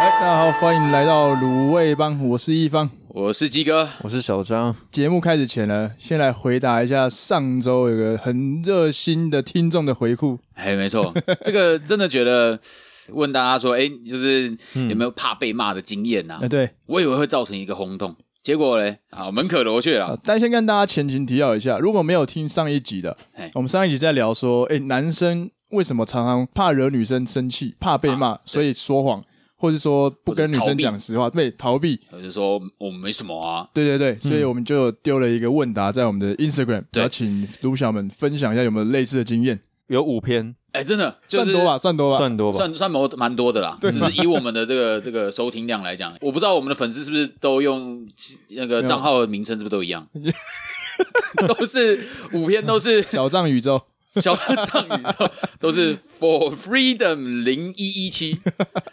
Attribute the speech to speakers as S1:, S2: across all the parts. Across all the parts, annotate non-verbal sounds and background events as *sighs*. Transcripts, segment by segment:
S1: 哎欢迎来到卤味帮，我是一方。
S2: 我是鸡哥，
S3: 我是小张，
S1: 节目开始前呢，先来回答一下上周有个很热心的听众的回复。
S2: 哎，没错，这个真的觉得问大家说，哎，就是有没有怕被骂的经验呐、
S1: 啊，对，
S2: 我以为会造成一个轰动，结果嘞，啊，门可罗雀
S1: 啊
S2: 了，，
S1: 但先跟大家前情提要一下，如果没有听上一集的
S2: 哎，
S1: 我们上一集在聊说，哎、男生为什么常常怕惹女生生气，怕被骂，所以说谎，或是说不跟女
S2: 或者逃
S1: 生
S2: 避
S1: 讲实话，对，逃避。
S2: 我就说我们没什么啊，
S1: 对对对，所以我们就丢了一个问答在我们的 Instagram，
S2: 对
S1: 然后请卢小们分享一下有没有类似的经验，
S3: 有五篇，
S2: 哎，真的就是
S1: 算多吧，啊算多吧，
S3: 算多吧？
S2: 算算蛮蛮多的啦，就是以我们的这个 *laughs* 这个收听量来讲，我不知道我们的粉丝是不是都用那个账号的名称是不是都一样， *laughs* 都是五篇都是
S1: 小账宇宙。
S2: 小账宇宙都是 For Freedom 零一一七，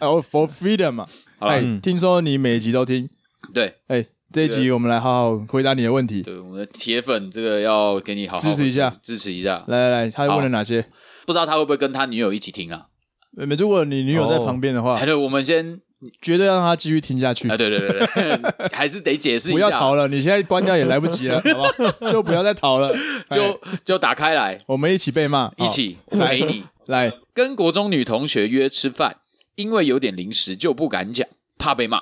S1: 哦、f o r freedom 嘛。
S2: 好啦
S1: 哎、听说你每集都听，
S2: 对
S1: 哎、这一
S2: 这
S1: 集我们来好好回答你的问题。
S2: 对，我们的铁粉这个要给你好好
S1: 支持一下
S2: 回复，支持一下。
S1: 来来来，他问了哪些？
S2: 不知道他会不会跟他女友一起听啊？
S1: 呃如果你女友在
S3: 哦
S1: 旁边的话
S2: 哎，对，我们先，
S1: 绝对让她继续听下去
S2: 哎，，对对对对， *laughs* 还是得解
S1: 嗯
S2: 释
S1: 不
S2: 一
S1: 要逃
S2: 下，
S1: 了。你现在关掉也来不及
S2: *laughs*
S1: 了，好不好？就不要再逃了，哎
S2: 就就打开来，
S1: 我们一起被骂，
S2: 一
S1: 好
S2: 起我陪你。
S1: 来。
S2: 跟国中女同学约吃饭，因为有点零食就不敢讲，怕被骂，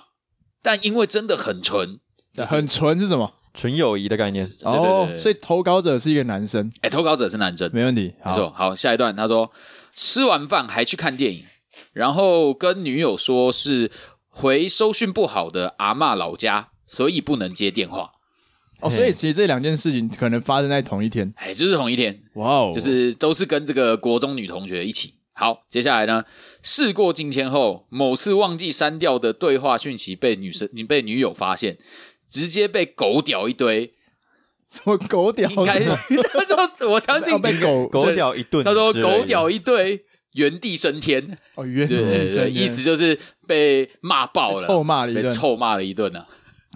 S2: 但因为真的很纯，
S1: 很纯是什么？哦
S3: 纯友谊的概念，
S2: 对对对对
S1: 所以投稿者是一个男生，
S2: 哎，投稿者是男生，
S1: 没问题。
S2: 没
S1: 好，
S2: 错。好，下一段他说吃完饭还去看电影，然后跟女友说是回收讯不好的阿嬷老家，所以不能接电话。
S1: 哦，所以其实这两件事情可能发生在同一天。
S2: 哎，就是同一天，
S1: 哇哦，
S2: 就是都是跟这个国中女同学一起。好，接下来呢，事过境迁后，某次忘记删掉的对话讯息被女生、你被女友发现，直接被狗屌一堆。
S1: *laughs* 什么狗屌，
S2: 应该他说， *laughs* 我相信
S1: *laughs* 要被狗
S3: 狗屌一顿。
S2: 他说狗屌
S3: 一，
S2: 一堆，原地升天。
S1: 哦 *laughs* 冤
S2: 对对对，意思就是被骂爆了，
S1: 臭骂了一
S2: 被
S1: 顿。
S2: 臭骂了一顿啊。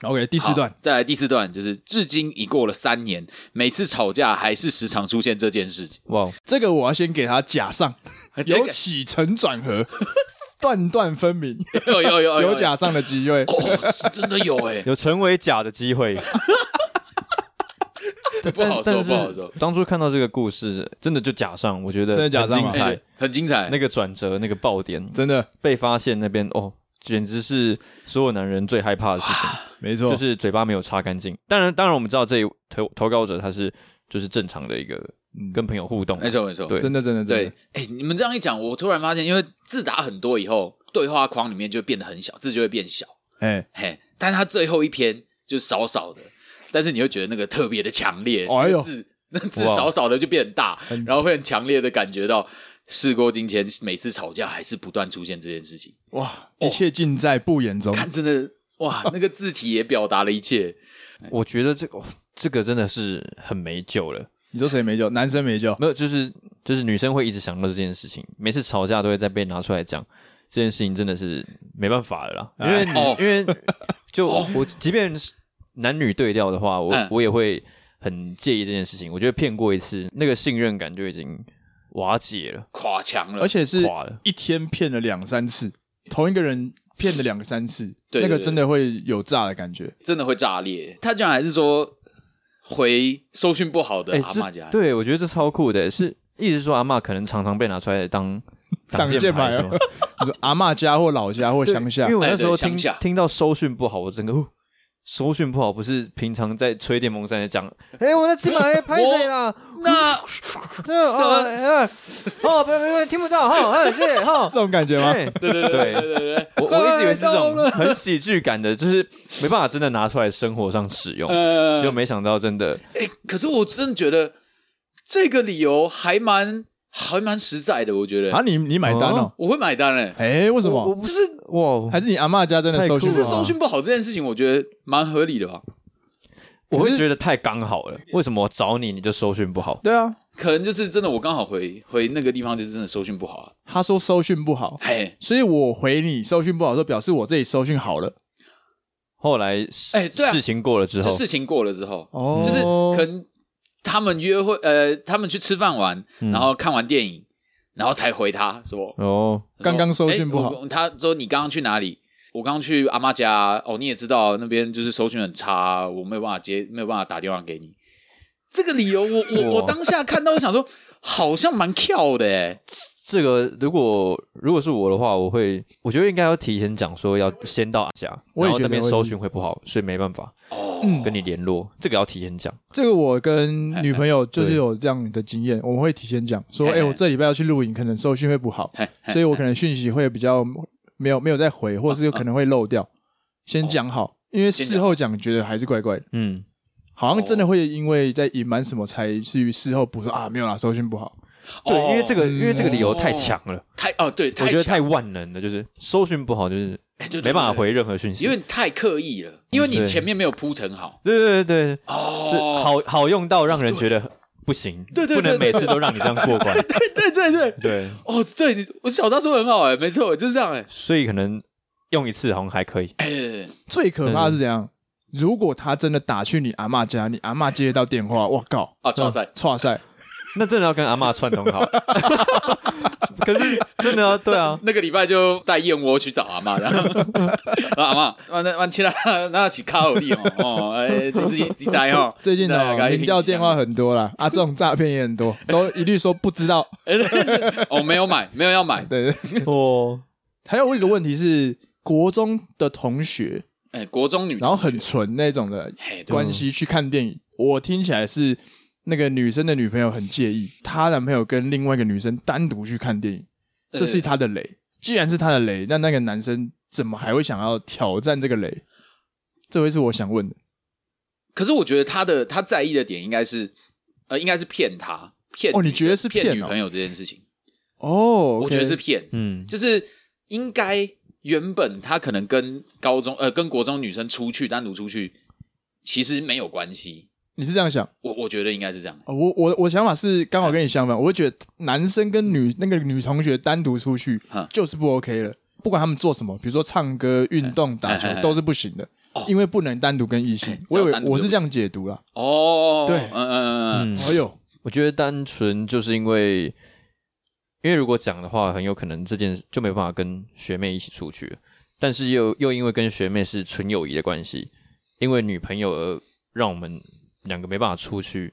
S1: OK，第四段
S2: 好，再来第四段，就是至今已过了三年，每次吵架还是时常出现这件事
S3: *laughs*
S2: 情。
S3: 哇，
S1: 这个我要先给他假上，有
S2: 结
S1: 起承转合，段段分明，
S2: 有有有
S1: 有假上的机会。
S2: 哦，是真的有哎、
S3: 有成为假的机会，
S2: 不好说，
S3: 但是
S2: 不好说，
S3: 当初看到这个故事，真的就假上，我觉得
S1: 真的假上
S3: 很
S1: 吗
S3: 精彩
S2: 哎，很精彩。
S3: 那个转折，那个爆点，
S1: 真的
S3: 被发现那边哦。简直是所有男人最害怕的事情，
S1: 没错，
S3: 就是嘴巴没有擦干净。当然，当然我们知道这一投投稿者他是就是正常的一个
S1: 嗯
S3: 跟朋友互动，
S2: 没错，没错，
S3: 对
S1: 真的真的真
S2: 对
S1: 的。。
S2: 哎、你们这样一讲，我突然发现，因为字打很多以后，对话框里面就变得很小，字就会变小。
S1: 哎，
S2: 嘿，但它最后一篇就少少的，但是你会觉得那个特别的强烈。
S1: 哎呦
S2: 那字那字
S3: 哇
S2: 少少的就变很大，然后会很强烈的感觉到事过境迁，每次吵架还是不断出现这件事情。
S1: 哇，一切尽在不言中。
S2: 看，真的哇，那个字体也表达了一切。
S3: 我觉得这个、哦这个真的是很没救了。
S1: 你说谁没救？男生没救。
S3: 没有，就是就是女生会一直想到这件事情，每次吵架都会再被拿出来讲。这件事情真的是没办法了啦，因为你、
S2: 哦
S3: 因为就我即便是男女对调的话，我、
S2: 嗯
S3: 我也会很介意这件事情。我觉得骗过一次，那个信任感就已经瓦解了，
S2: 垮墙了，
S1: 而且是
S3: 垮了。
S1: 一天骗了两三次，同一个人骗了两三次，
S2: 对对
S1: 那个
S2: 对
S1: 真的会有炸的感觉。
S2: 真的会炸裂。他居然还是说回收讯不好的
S3: 哎、
S2: 阿嬷
S3: 这
S2: 家，
S3: 对我觉得这超酷的，欸是一直说阿嬷可能常常被拿出来当
S1: 挡箭
S3: 箭
S1: 牌
S3: 牌什
S1: 哦
S3: 么，
S1: *laughs* 你说阿嬷家或老家或
S3: 对
S1: 乡下
S3: 因为，我
S2: 哎
S3: 那
S2: 对
S3: 时候
S2: 乡
S3: 听
S2: 下
S3: 听到收讯不好，我整个、哦、收讯不好，不是平常在吹电风扇
S2: *laughs*
S3: 在讲，哎、我那起码哎拍谁啦？
S2: 那
S3: 这哦哎哎哦，别别别，听不到哈，哎对哈
S1: 这。种感觉吗？
S3: 哎
S2: 对对对对对
S3: 对
S2: 对对对，
S3: 我我一直以为是这种很喜剧感的，就是没办法真的拿出来生活上使用，
S2: 呃，
S3: 哦就没想到真的
S2: 哎，可是我真的觉得这个理由还蛮还蛮实在的，我觉
S1: 啊，
S2: 得
S1: 你你买单哦？
S2: 我会买单哎，
S1: 哎，为什
S3: 我我
S1: 么？
S3: 不
S2: 就是
S3: 哇，
S1: 还是你阿嬷家真的
S3: 太
S1: 收
S3: 酷
S1: 讯
S2: 就
S3: 了
S1: 不
S2: 是
S1: 好
S2: 收讯不好这件事情，我觉得蛮合理的吧。
S3: 我
S1: 可
S3: 会
S1: 是
S3: 觉得太刚好了。为什么我找你你就收讯不好？
S1: 对啊，
S2: 可能就是真的，我刚好回回那个地方，就是真的收讯不好啊。
S1: 他说收讯不好，
S2: 哎
S1: 所以我回你收讯不好的时候，表示我这里收讯好了。
S3: 后来事
S2: 哎对啊
S3: 事情过了之
S2: 这
S3: 后，
S2: 事情过了之后，
S1: 哦
S2: 就是可能他们约会，呃，他们去吃饭完，然后看完电影，然后才回他说，
S3: 哦，
S1: 刚刚收讯不好
S2: 诶我我他说你刚刚去哪里？我刚去阿妈家，哦，你也知道那边就是收讯很差，啊我没有办法接，没有办法打电话给你。这个理由我，我我
S3: 哇
S2: 当下看到，我想说，好像蛮跳的哎，
S3: 这个如果如果是我的话，我会我觉得应该要提前讲说要先到家，
S1: 我也
S3: 然后
S1: 觉得
S3: 那边
S1: 我也
S3: 搜
S1: 是
S3: 寻会不好，所以没办法
S2: 哦，
S1: 嗯
S3: 跟你联络，这个要提前讲。
S1: 这个我跟女朋友就是
S3: 对
S1: 有这样的经验，我们会提前讲说，
S2: 嘿
S1: 哎、
S2: 嘿
S1: 我这礼拜要去录影，可能收讯会不好，
S2: 嘿嘿
S1: 所以我可能讯息会比较没有没有再回，或是有可能会漏掉，先讲好，因为事后讲觉得还是怪怪的，
S3: 嗯，
S1: 好像真的会因为在隐瞒什么才至于事后补说啊没有啦，收讯不好，
S3: 对，因为这个
S1: 嗯
S3: 因为这个理由太强了，
S2: 哦太哦对，
S3: 我觉得太
S2: 强
S3: 万能了，就是搜寻不好，就是
S2: 哎对对
S3: 没办法
S2: 对
S3: 回任何讯息。
S2: 因为你太刻意
S1: 嗯
S2: 了，因为你
S3: 对
S2: 前面没有铺陈好
S3: 对对对对，
S2: 哦
S3: 这好好用到让人觉得不行，
S2: 对对对
S3: 不能
S2: 对
S3: 每
S2: 对
S3: 次都让你这样过关。
S2: *laughs* 对对对，
S3: 对，
S2: 哦，对你，我小张说得很好哎、没错，就是这样哎、
S3: 所以可能用一次好像还可以。
S2: 哎、
S1: 最可怕的是怎样？如果他真的打去你阿嬷家，你阿嬷接得到电话，我靠，
S2: 啊，抓塞，
S1: 哇哦塞，
S3: 那真的要跟阿嬷串通好。 *laughs* 可是真的啊，对啊，
S2: 那个礼拜就带燕窝去找阿妈，然后
S1: *laughs*
S2: 然后阿妈，那那那其他那起卡有力哦，哦，哎、你自己自己摘哦，
S1: *laughs* 最近
S2: 大
S1: 哦，
S2: 概
S1: 民调电话很多
S2: *laughs*
S1: 啦，啊，这种诈骗也很多，都一律说不知道，
S2: 哦，没有买，没有要买，
S1: 对对。
S3: 哦，
S1: 还有一个问题是，国中的同学，
S2: 哎、国中女同学，
S1: 然后很纯那种的
S2: 嘿，对，
S1: 关系去看电影，我听起来是那个女生的女朋友很介意，她男朋友跟另外一个女生单独去看电影，这是她的雷。既然是她的雷，那那个男生怎么还会想要挑战这个雷？这会是我想问的。
S2: 可是我觉得他的他在意的点应该是，呃，应该是骗他骗
S1: 哦
S2: 女
S1: 你觉得
S2: 生
S1: 是
S2: 骗
S1: 骗
S2: 女
S1: 哦
S2: 朋友这件事情，
S1: 哦，
S2: 我觉得是骗，
S3: 嗯，
S2: 就是应该原本他可能跟高中呃跟国中女生出去单独出去，其实没有关系。
S1: 你是这样想。
S2: 我我觉得应该是这样。
S1: 哦我我我想法是刚好跟你相反，我会觉得男生跟女那个女同学单独出去
S2: 嗯
S1: 就是不 OK 了，不管他们做什么，比如说唱歌、运动、打球
S2: 哎哎哎
S1: 都是不行的
S2: 哦，
S1: 因为不能单独跟异性
S2: 哎。
S1: 我以
S2: 只有
S1: 为
S2: 单独就
S1: 我是这样解读啦。
S2: 哦，
S1: 对
S2: 嗯嗯嗯嗯，
S3: 嗯
S1: 哎呦，
S3: 我觉得单纯就是因为，因为如果讲的话，很有可能这件事就没办法跟学妹一起出去了，但是又又因为跟学妹是纯友谊的关系，因为女朋友而让我们两个没办法出去，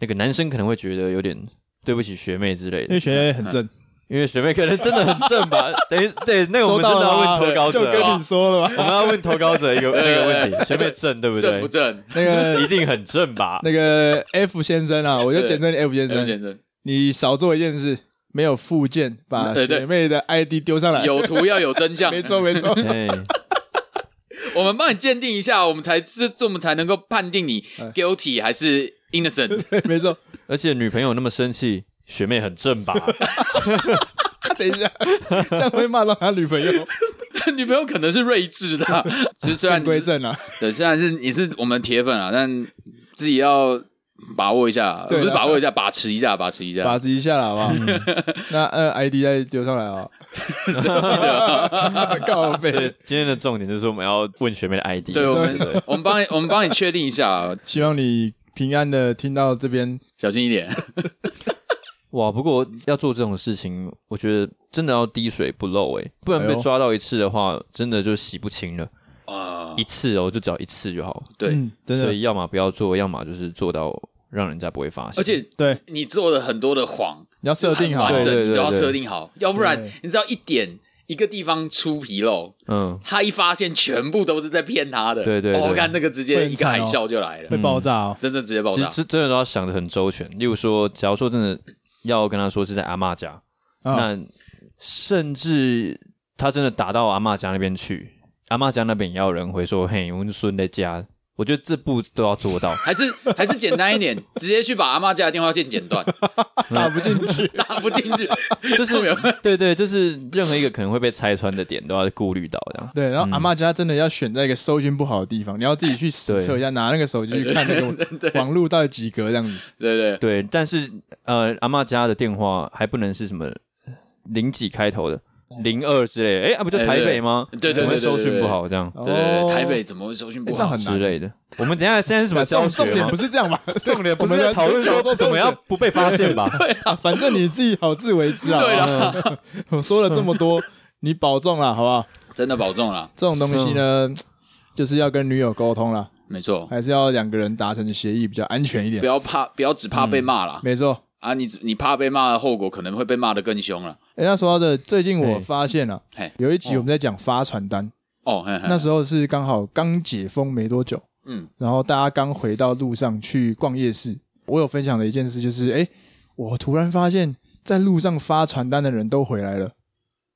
S3: 那个男生可能会觉得有点对不起学妹之类
S1: 因
S2: *laughs*
S1: 为
S3: 的，
S1: 学妹很正，
S3: 因为学妹可能真的很正吧，等于对，那个我
S1: 嗯收
S3: 们真
S1: 到
S3: 的
S1: 了
S3: 要
S1: 吗？
S3: 问投稿
S1: 就
S3: 者
S1: 跟
S3: 哦，
S1: 你说了
S3: 我
S1: 吧，
S3: 们要问投稿者一个那个问
S2: 对
S3: 题，学妹正对不
S2: 正
S3: 对
S2: 不？正？
S1: 那个
S3: *laughs* 一定很正吧？，
S1: 那个 F 先生啊，我就简称你 F 先
S2: 刘
S1: 生，
S2: 先生，
S1: 你少做一件事，没有附件，把
S2: 嗯对对
S1: 学妹的 ID 丢上来，
S2: 有图要有真
S1: *laughs*
S2: 相，
S1: 没错。没错
S3: 哎，
S2: 我们帮你鉴定一下，我们才这这我们才能够判定你 guilty 还是 innocent。
S1: 对没错。 *laughs*
S3: 而且女朋友那么生气，学妹很正
S2: *laughs*
S3: 吧？
S1: 啊等一下，这样会骂到他女朋友，
S2: 女朋友可能是睿智的啊，就是虽然
S1: 正
S2: 你
S1: 归
S2: 是
S1: 正啊。
S2: 对，虽然是你是我们铁粉啊，但自己要把握一下啦，
S1: 对
S2: 不是
S1: 啊
S2: 把握一下，把持一下，把持一下，
S1: 把持一下了，好不好？那呃，ID 再丢上来啊，
S2: 记得啊。
S1: *laughs* 告
S3: 所
S1: 背，
S3: 以今天的重点就是我们要问学妹的 ID。
S2: 对我
S3: 不
S2: 们，我们帮你，我们帮你确定一下啊，
S1: 希望你平安的听到这边。
S2: 小心一点。
S3: *laughs* 哇，不过要做这种事情，我觉得真的要滴水不漏哎、不然
S1: 哎
S3: 被
S1: 呦
S3: 抓到一次的话，真的就洗不清了。
S2: 啊
S3: 一，次哦，就只要一次就好。
S2: 对，
S1: 嗯真
S3: 所
S1: 的
S3: 以要么不要做，要么就是做到让人家不会发现。
S2: 而且
S1: 对，
S2: 你做了很多的谎，
S1: 你要设定好
S2: 很，完
S3: 对对
S2: 整，嗯
S3: 对
S2: 你都要
S3: 对
S2: 设定好，要不然
S1: 对
S2: 你知道一点一个地方出纰漏，
S3: 嗯，
S2: 他一发现全部都是在骗他的。
S3: 对对
S2: 哦
S3: 对
S2: 我看那个直
S1: 会
S2: 接
S1: 很
S2: 一个
S1: 惨
S2: 海
S1: 哦
S2: 啸就来
S1: 会
S2: 了，
S1: 爆炸哦。
S2: 真的直接爆
S3: 其
S2: 炸。
S3: 实。这真的都要想的很周全。例如说，假如说真的要跟他说是在阿嬷家，
S1: 啊，
S3: 那甚至他真的打到阿嬷家那边去，阿嬷家那边也要有人回说：“嘿，我们孙在家。”我觉得这步都要做到
S2: 还是还是简单一点，直接去把阿妈家的电话线剪断，，
S1: 打不进去
S2: *laughs* 打不进去。*laughs*
S3: *laughs* 就是对对，就是任何一个可能会被拆穿的点都要顾虑到，这样。
S1: 对。然后
S2: 嗯
S1: 阿嬷家真的要选在一个收讯不好的地方，你要自己去实测一下，拿那个手机去看那
S2: *laughs*
S1: 个网络到底几格这样子。
S2: 对对，
S3: 对，但是呃，阿嬷家的电话还不能是什么零几开头的，零二之类的。哎，啊不就
S2: 哎
S3: 台北吗？
S2: 对对对
S3: 怎么会
S2: 对对
S3: 收
S2: 对
S3: 讯不
S2: 对
S3: 好这样
S2: 对对
S1: 哦
S2: 对，台北怎么会收讯不
S1: 哎这样
S2: 好？
S1: 很难
S3: 之类的。我们等一下现在是什么
S1: 那
S3: 教
S1: 重
S3: 学
S1: 重点
S2: 啊
S3: 吗
S1: 不？是这
S2: *laughs*
S1: 样吧？
S3: 重点
S1: 不是在讨论说
S3: 怎么样不 *laughs* 被发现吧？
S1: *laughs* 啊，反正你自己好自为之啊。 *laughs*
S2: 对
S1: 啦，我说了这么多，你保重啦，好不好？
S2: 真的保重啦，
S1: 这种东西
S2: 嗯
S1: 呢，就是要跟女友沟通啦，
S2: 没错，
S1: 还是要两个人达成协议比较安全一点
S2: 不。要怕，不要只怕被骂啦。
S1: 嗯没错，
S2: 啊，你你怕被骂的后果可能会被骂得更凶了。
S1: 哎、那说到这，最近我
S3: 嘿
S1: 发现了、
S2: 嘿
S1: 有一集我们在讲发传单，
S2: 哦，嘿嘿
S1: 那时候是刚好刚解封没多久，
S2: 嗯，
S1: 然后大家刚回到路上去逛夜市，我有分享的一件事就是，哎、我突然发现，在路上发传单的人都回来了。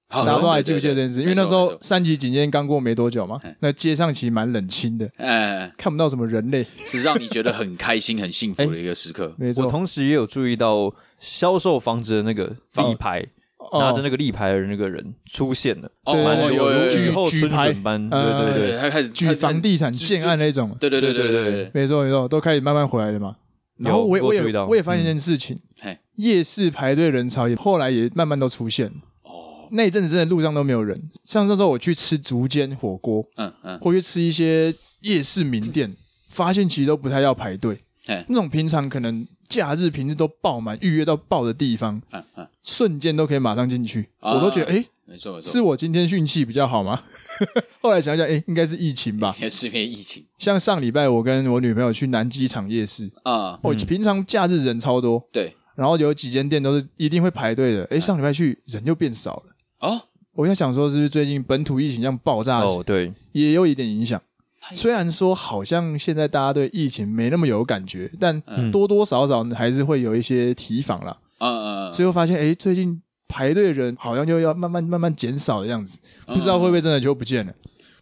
S2: 好
S1: 大家都还
S2: 哦对
S1: 记不记得这
S2: 对
S1: 件事？
S2: 对
S1: 因为那时
S2: 没
S1: 候
S2: 错
S1: 三级警戒刚过没多久嘛
S2: 嗯，
S1: 那街上其实蛮冷清的，
S2: 没错哎，
S1: 看不到什么人类。
S2: 是让你觉得很开心、很幸福的一个时刻。
S1: 没
S3: 我
S1: 错，
S3: 同时也有注意到销售房子的那个立牌，
S1: 哦
S3: 拿着那个立牌的那个人出现了，
S1: *laughs*
S2: 哦，
S1: 对
S2: 有
S1: 对
S2: 有
S1: 对
S2: 有有
S1: 举
S3: 雨
S2: 有
S3: 后春
S1: 牌
S3: 笋般，对
S1: 呃
S3: 对
S2: 对，
S3: 对，
S2: 他开始
S1: 举房，地产建案那种
S2: 他，对对对对
S3: 对
S2: 对
S3: 对
S2: 对，
S1: 没错没错，都开始慢慢回来了嘛。然后我也
S3: 有
S1: 我
S3: 我有注意
S1: 也
S3: 到
S1: 我也发现一件事情
S2: 嘿，
S1: 夜市排队人潮也后来也慢慢都出现了。
S2: 哦，
S1: 那一阵子真的路上都没有人，像那时候我去吃竹间火锅，
S2: 嗯嗯，
S1: 或去吃一些夜市名店，发现其实都不太要排队
S2: 嘿。
S1: 那种平常可能假日平日都爆满，预约到爆的地方，
S2: 嗯嗯，
S1: 瞬间都可以马上进去，
S2: 啊
S1: 我都觉得，哎、
S2: 没错没错，
S1: 是我今天运气比较好吗？ *laughs* 后来想想，哎、应该是疫情吧。
S2: 也是因为疫情
S1: 像上礼拜我跟我女朋友去南机场夜市，
S2: 啊，
S1: 哦，平常假日人超多，
S2: 对，
S1: 然后有几间店都是一定会排队
S2: 嗯
S1: 的，哎、上礼拜去人又变少了。
S2: 哦，
S1: 我在想说，是不是最近本土疫情这样爆炸，
S3: 哦对，
S1: 也有一点影响？
S2: 太
S1: 虽然说好像现在大家对疫情没那么有感觉，但
S2: 嗯
S1: 多多少少还是会有一些提防啦。
S2: 嗯嗯，
S1: 最后发现，哎、最近排队的人好像又要慢慢慢慢减少的样子，不
S2: 嗯
S1: 知道会不会真的就不见了。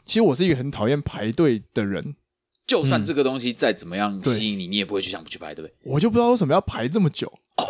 S1: 其实我是一个很讨厌排队的人，
S2: 就算这个东西再怎么样
S1: 嗯对
S2: 吸引你，你也不会去想不去排，对不对？
S1: 我就不知道为什么要排这么久，
S2: 哦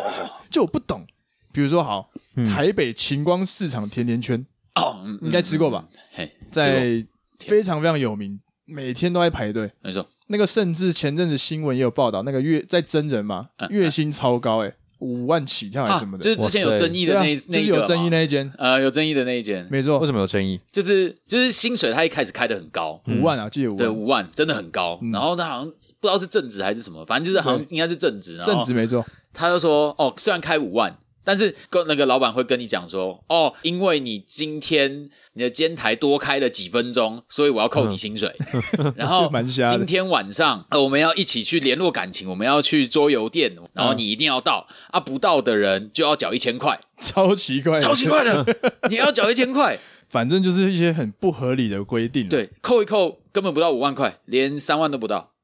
S1: 就我不懂。比如说，好，台北晴光市场甜甜圈
S2: 哦，嗯
S1: 应该吃过吧？
S2: 嗯嘿，吃
S1: 在非常非常有名，每天都在排队。
S2: 过没错，
S1: 那个甚至前阵子新闻也有报道，那个月在真人嘛，
S2: 嗯
S1: 月薪超高、欸，五万起跳还
S2: 啊
S1: 是什么，的，
S2: 就是之前有
S3: 哇塞
S2: 争议的
S1: 对啊
S2: 那一
S1: 就
S2: 那
S1: 是
S2: 一个
S1: 有争议
S2: 嘛，
S1: 那一间，
S2: 呃，有争议的那一件，
S1: 没错
S3: 为，什么有争议？
S2: 就是就是薪水，他一开始开的很高，
S1: 五万啊，记得五
S2: 对，
S1: 万，
S2: 五万真的很高。
S1: 嗯
S2: 然后他好像不知道是正职还是什么，反正就是好像应该是正职。然后
S1: 正职没错，
S2: 他就说，哦，虽然开五万，但是跟那个老板会跟你讲说，哦，因为你今天你的监台多开了几分钟，所以我要扣你薪水。 *laughs* 然后
S1: 嗯 *laughs* 蛮瞎的
S2: 今天晚上、呃我们要一起去联络感情，我们要去桌游店，然后
S1: 嗯
S2: 你一定要到、啊，不到的人就要缴一千块，
S1: 超奇怪的，
S2: 超奇
S1: *laughs*
S2: 怪的，你要缴一千块。
S1: 反正就是一些很不合理的规定。，
S2: 对，扣一扣根本不到五万块，连三万都不到，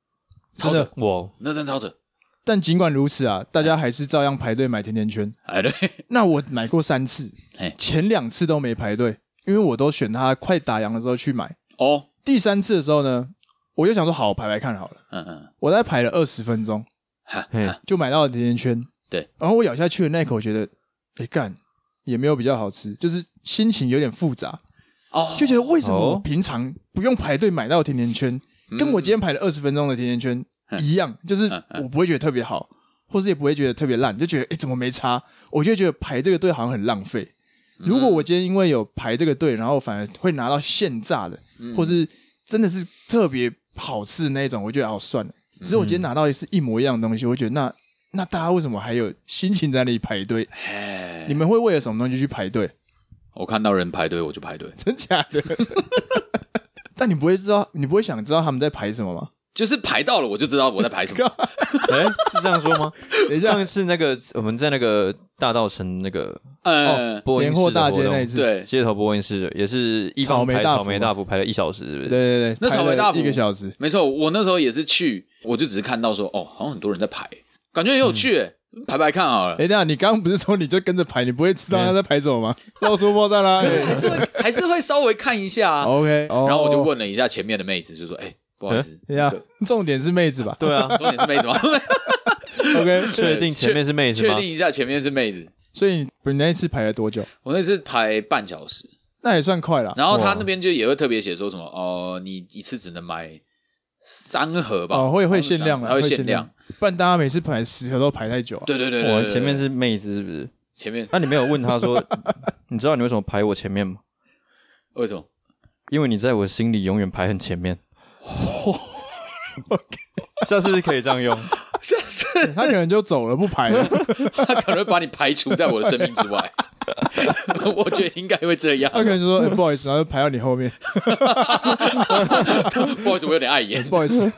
S2: 超
S1: 真的
S2: 扯，
S3: 哇，
S2: 那真超扯。
S1: 但尽管如此啊，大家还是照样排队买甜甜圈。
S2: 哎，对，
S1: 那我买过三次
S2: 嘿，
S1: 前两次都没排队，因为我都选它快打烊的时候去买。
S2: 哦，
S1: 第三次的时候呢，我就想说好排排看好了，
S2: 嗯嗯，
S1: 我在排了二十分钟，
S2: 哈，
S3: 嘿
S2: 哈
S1: 就买到了甜甜圈。
S2: 对，
S1: 然后我咬下去的那一口，觉得，哎干，也没有比较好吃，就是心情有点复杂，
S2: 哦，
S1: 就觉得为什么
S3: 哦
S1: 我平常不用排队买到甜甜圈，跟我今天排了二十分钟的甜甜圈
S2: 嗯
S1: 一样，就是
S2: 嗯嗯
S1: 我不会觉得特别好，或是也不会觉得特别烂，就觉得哎、诶怎么没差？我就觉得排这个队好像很浪费。
S2: 嗯
S1: 如果我今天因为有排这个队，然后反而会拿到现榨的，
S2: 嗯
S1: 或是真的是特别好吃的那一种，我觉得好哦算了。
S2: 嗯
S1: 只是我今天拿到是一模一样的东西，我觉得那那大家为什么还有心情在那里排队？
S2: 哎，
S1: 你们会为了什么东西去排队？
S2: 我看到人排队我就排 *laughs* 队，
S1: 真假的？ *laughs* 但你不会知道，你不会想知道他们在排什么吗？
S2: 就是排到了我就知道我在排什么。
S3: 哎，是这样说吗？
S1: 等一下
S3: 上一次那个我们在那个大道城那个
S2: 嗯，
S3: 播音
S1: 年
S3: 室
S1: 货
S3: 的
S1: 大
S3: 活
S1: 街那
S3: 动
S1: 一，次，
S2: 对，
S3: 街头播音室也是一
S1: 草
S3: 方
S1: 莓
S3: 排
S1: 大
S3: 草
S1: 福
S3: 莓
S1: 吗
S3: 大福排了一小时，是不
S1: 对
S3: 是？
S1: 对对，
S2: 那草莓大福
S1: 排了一个小时，
S2: 没错，我那时候也是去，我就只是看到说，哦，好像很多人在排，感觉很有趣，哎
S1: 嗯
S2: 排排看好了。
S1: 哎，那你刚刚不是说你就跟着排，你不会知道他在排什么吗？到处爆炸啦
S2: 还是会还是会稍微看一下啊，
S1: ！OK，然
S2: 然后我就，问了一下前面的妹子，就说：“哎，不好意思，
S1: 等一下
S2: 那个，
S1: 重点是妹子
S2: *laughs*
S1: 吧
S3: 对啊，
S2: 重点是妹
S1: *laughs*
S2: 子吗？
S1: ？OK，
S3: 确定前面是妹
S2: *laughs*
S3: 子
S2: 确
S3: 吗
S2: 定？一下前面是妹子。
S1: 所以你那一次排了多久？
S2: 我那次排半小时，
S1: 那也算快了。哦
S2: 然后他那边就也会特别写说什么哦，你一次只能买三盒吧？
S1: 哦，会会限量
S2: 了，
S1: 啦
S2: 还会
S1: 限
S2: 限量。，
S1: 不然大家每次排十盒都排太久啊。
S2: 对对对对
S3: 我
S2: 对对
S3: 前面是妹子，是不是？
S2: 前面
S3: 那你没有问他说，你知道你为什么排我前面吗？
S2: 为什么？ *laughs*
S3: 因为你在我心里永远排很前面。下次可以这样用，
S2: 下次
S1: 他可能就走了，不排了。
S2: 他可能会把你排除在我的生命之外。 *laughs* 我觉得应该会这样。
S1: 他可能就说、欸不好意思，然后就排到你后面，
S2: *laughs* 不好意思，我有点碍眼。
S1: *laughs* 不好意思。欸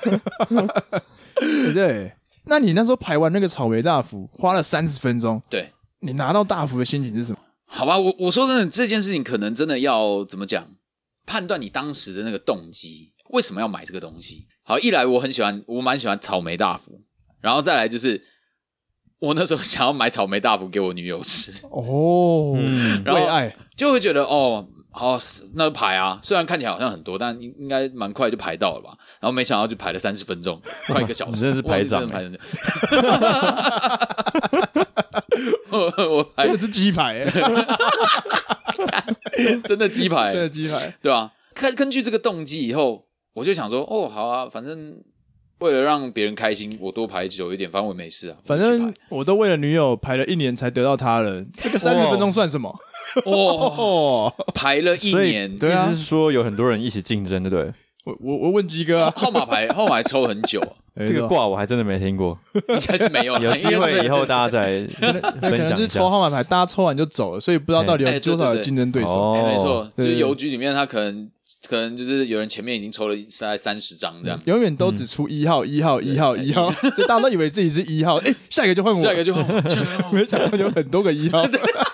S1: 对，那你那时候排完那个草莓大福，花了三十分钟，
S2: 对，
S1: 你拿到大福的心情是什么？
S2: 好吧，我我说真的，这件事情可能真的要怎么讲，判断你当时的那个动机，为什么要买这个东西？好，一来我很喜欢，我蛮喜欢草莓大福，然后再来就是我那时候想要买草莓大福给我女友吃，
S1: 哦，
S3: 嗯
S2: 然后
S1: 为爱，
S2: 就会觉得哦，好、那就排啊，虽然看起来好像很多，但应应该蛮快就排到了吧。然后没想到就排了三十分
S3: *laughs*
S2: 钟，快一个小时，
S3: 你真的是排长
S2: 我真
S3: 欸
S2: 的排很久 *laughs* 我我排
S1: 这个是鸡 *laughs* 排、欸，
S2: 真的鸡排，
S1: 这个鸡排，
S2: 对啊，根根据这个动机以后，我就想说，哦，好啊，反正为了让别人开心，我多排久一点，反正我也没事啊。
S1: 反
S2: 我就
S1: 正
S2: 去
S1: 我都为了女友排了一年才得到她了，这个三十分钟算什么？
S2: 排哦，
S1: 哦，
S2: 排了一
S3: 所以
S2: 年，
S1: 对啊
S3: 意思是说有很多人一起竞争，对不对？
S1: 我我我问鸡哥啊，
S2: 号码牌号码牌抽很
S3: *laughs*
S2: 久，啊
S3: 这个挂我还真的没听过，
S2: 应该是没有啊，
S3: 哎有机会以后大家再
S1: 那可能
S3: 分享
S1: 就是
S3: 一
S1: 抽
S3: 下。
S1: 号码牌，大家抽完就走了，所以不知道到底
S2: 哎
S1: 有
S2: 哎对
S1: 多少
S2: 对
S1: 有
S2: 对
S1: 竞争对手。
S3: 哦
S2: 哎没错，就
S1: 对
S2: 是
S1: 对
S2: 邮局里面他可能可能就是有人前面已经抽了大概三十张这样。
S1: 永远都只出一号、一号、一号、一号，所以大家都以为自己是一号。哎，嗯下一个就换我，
S2: 下一个就，下一个就
S1: *laughs* 没想到有很多个一号，
S2: 看 *laughs*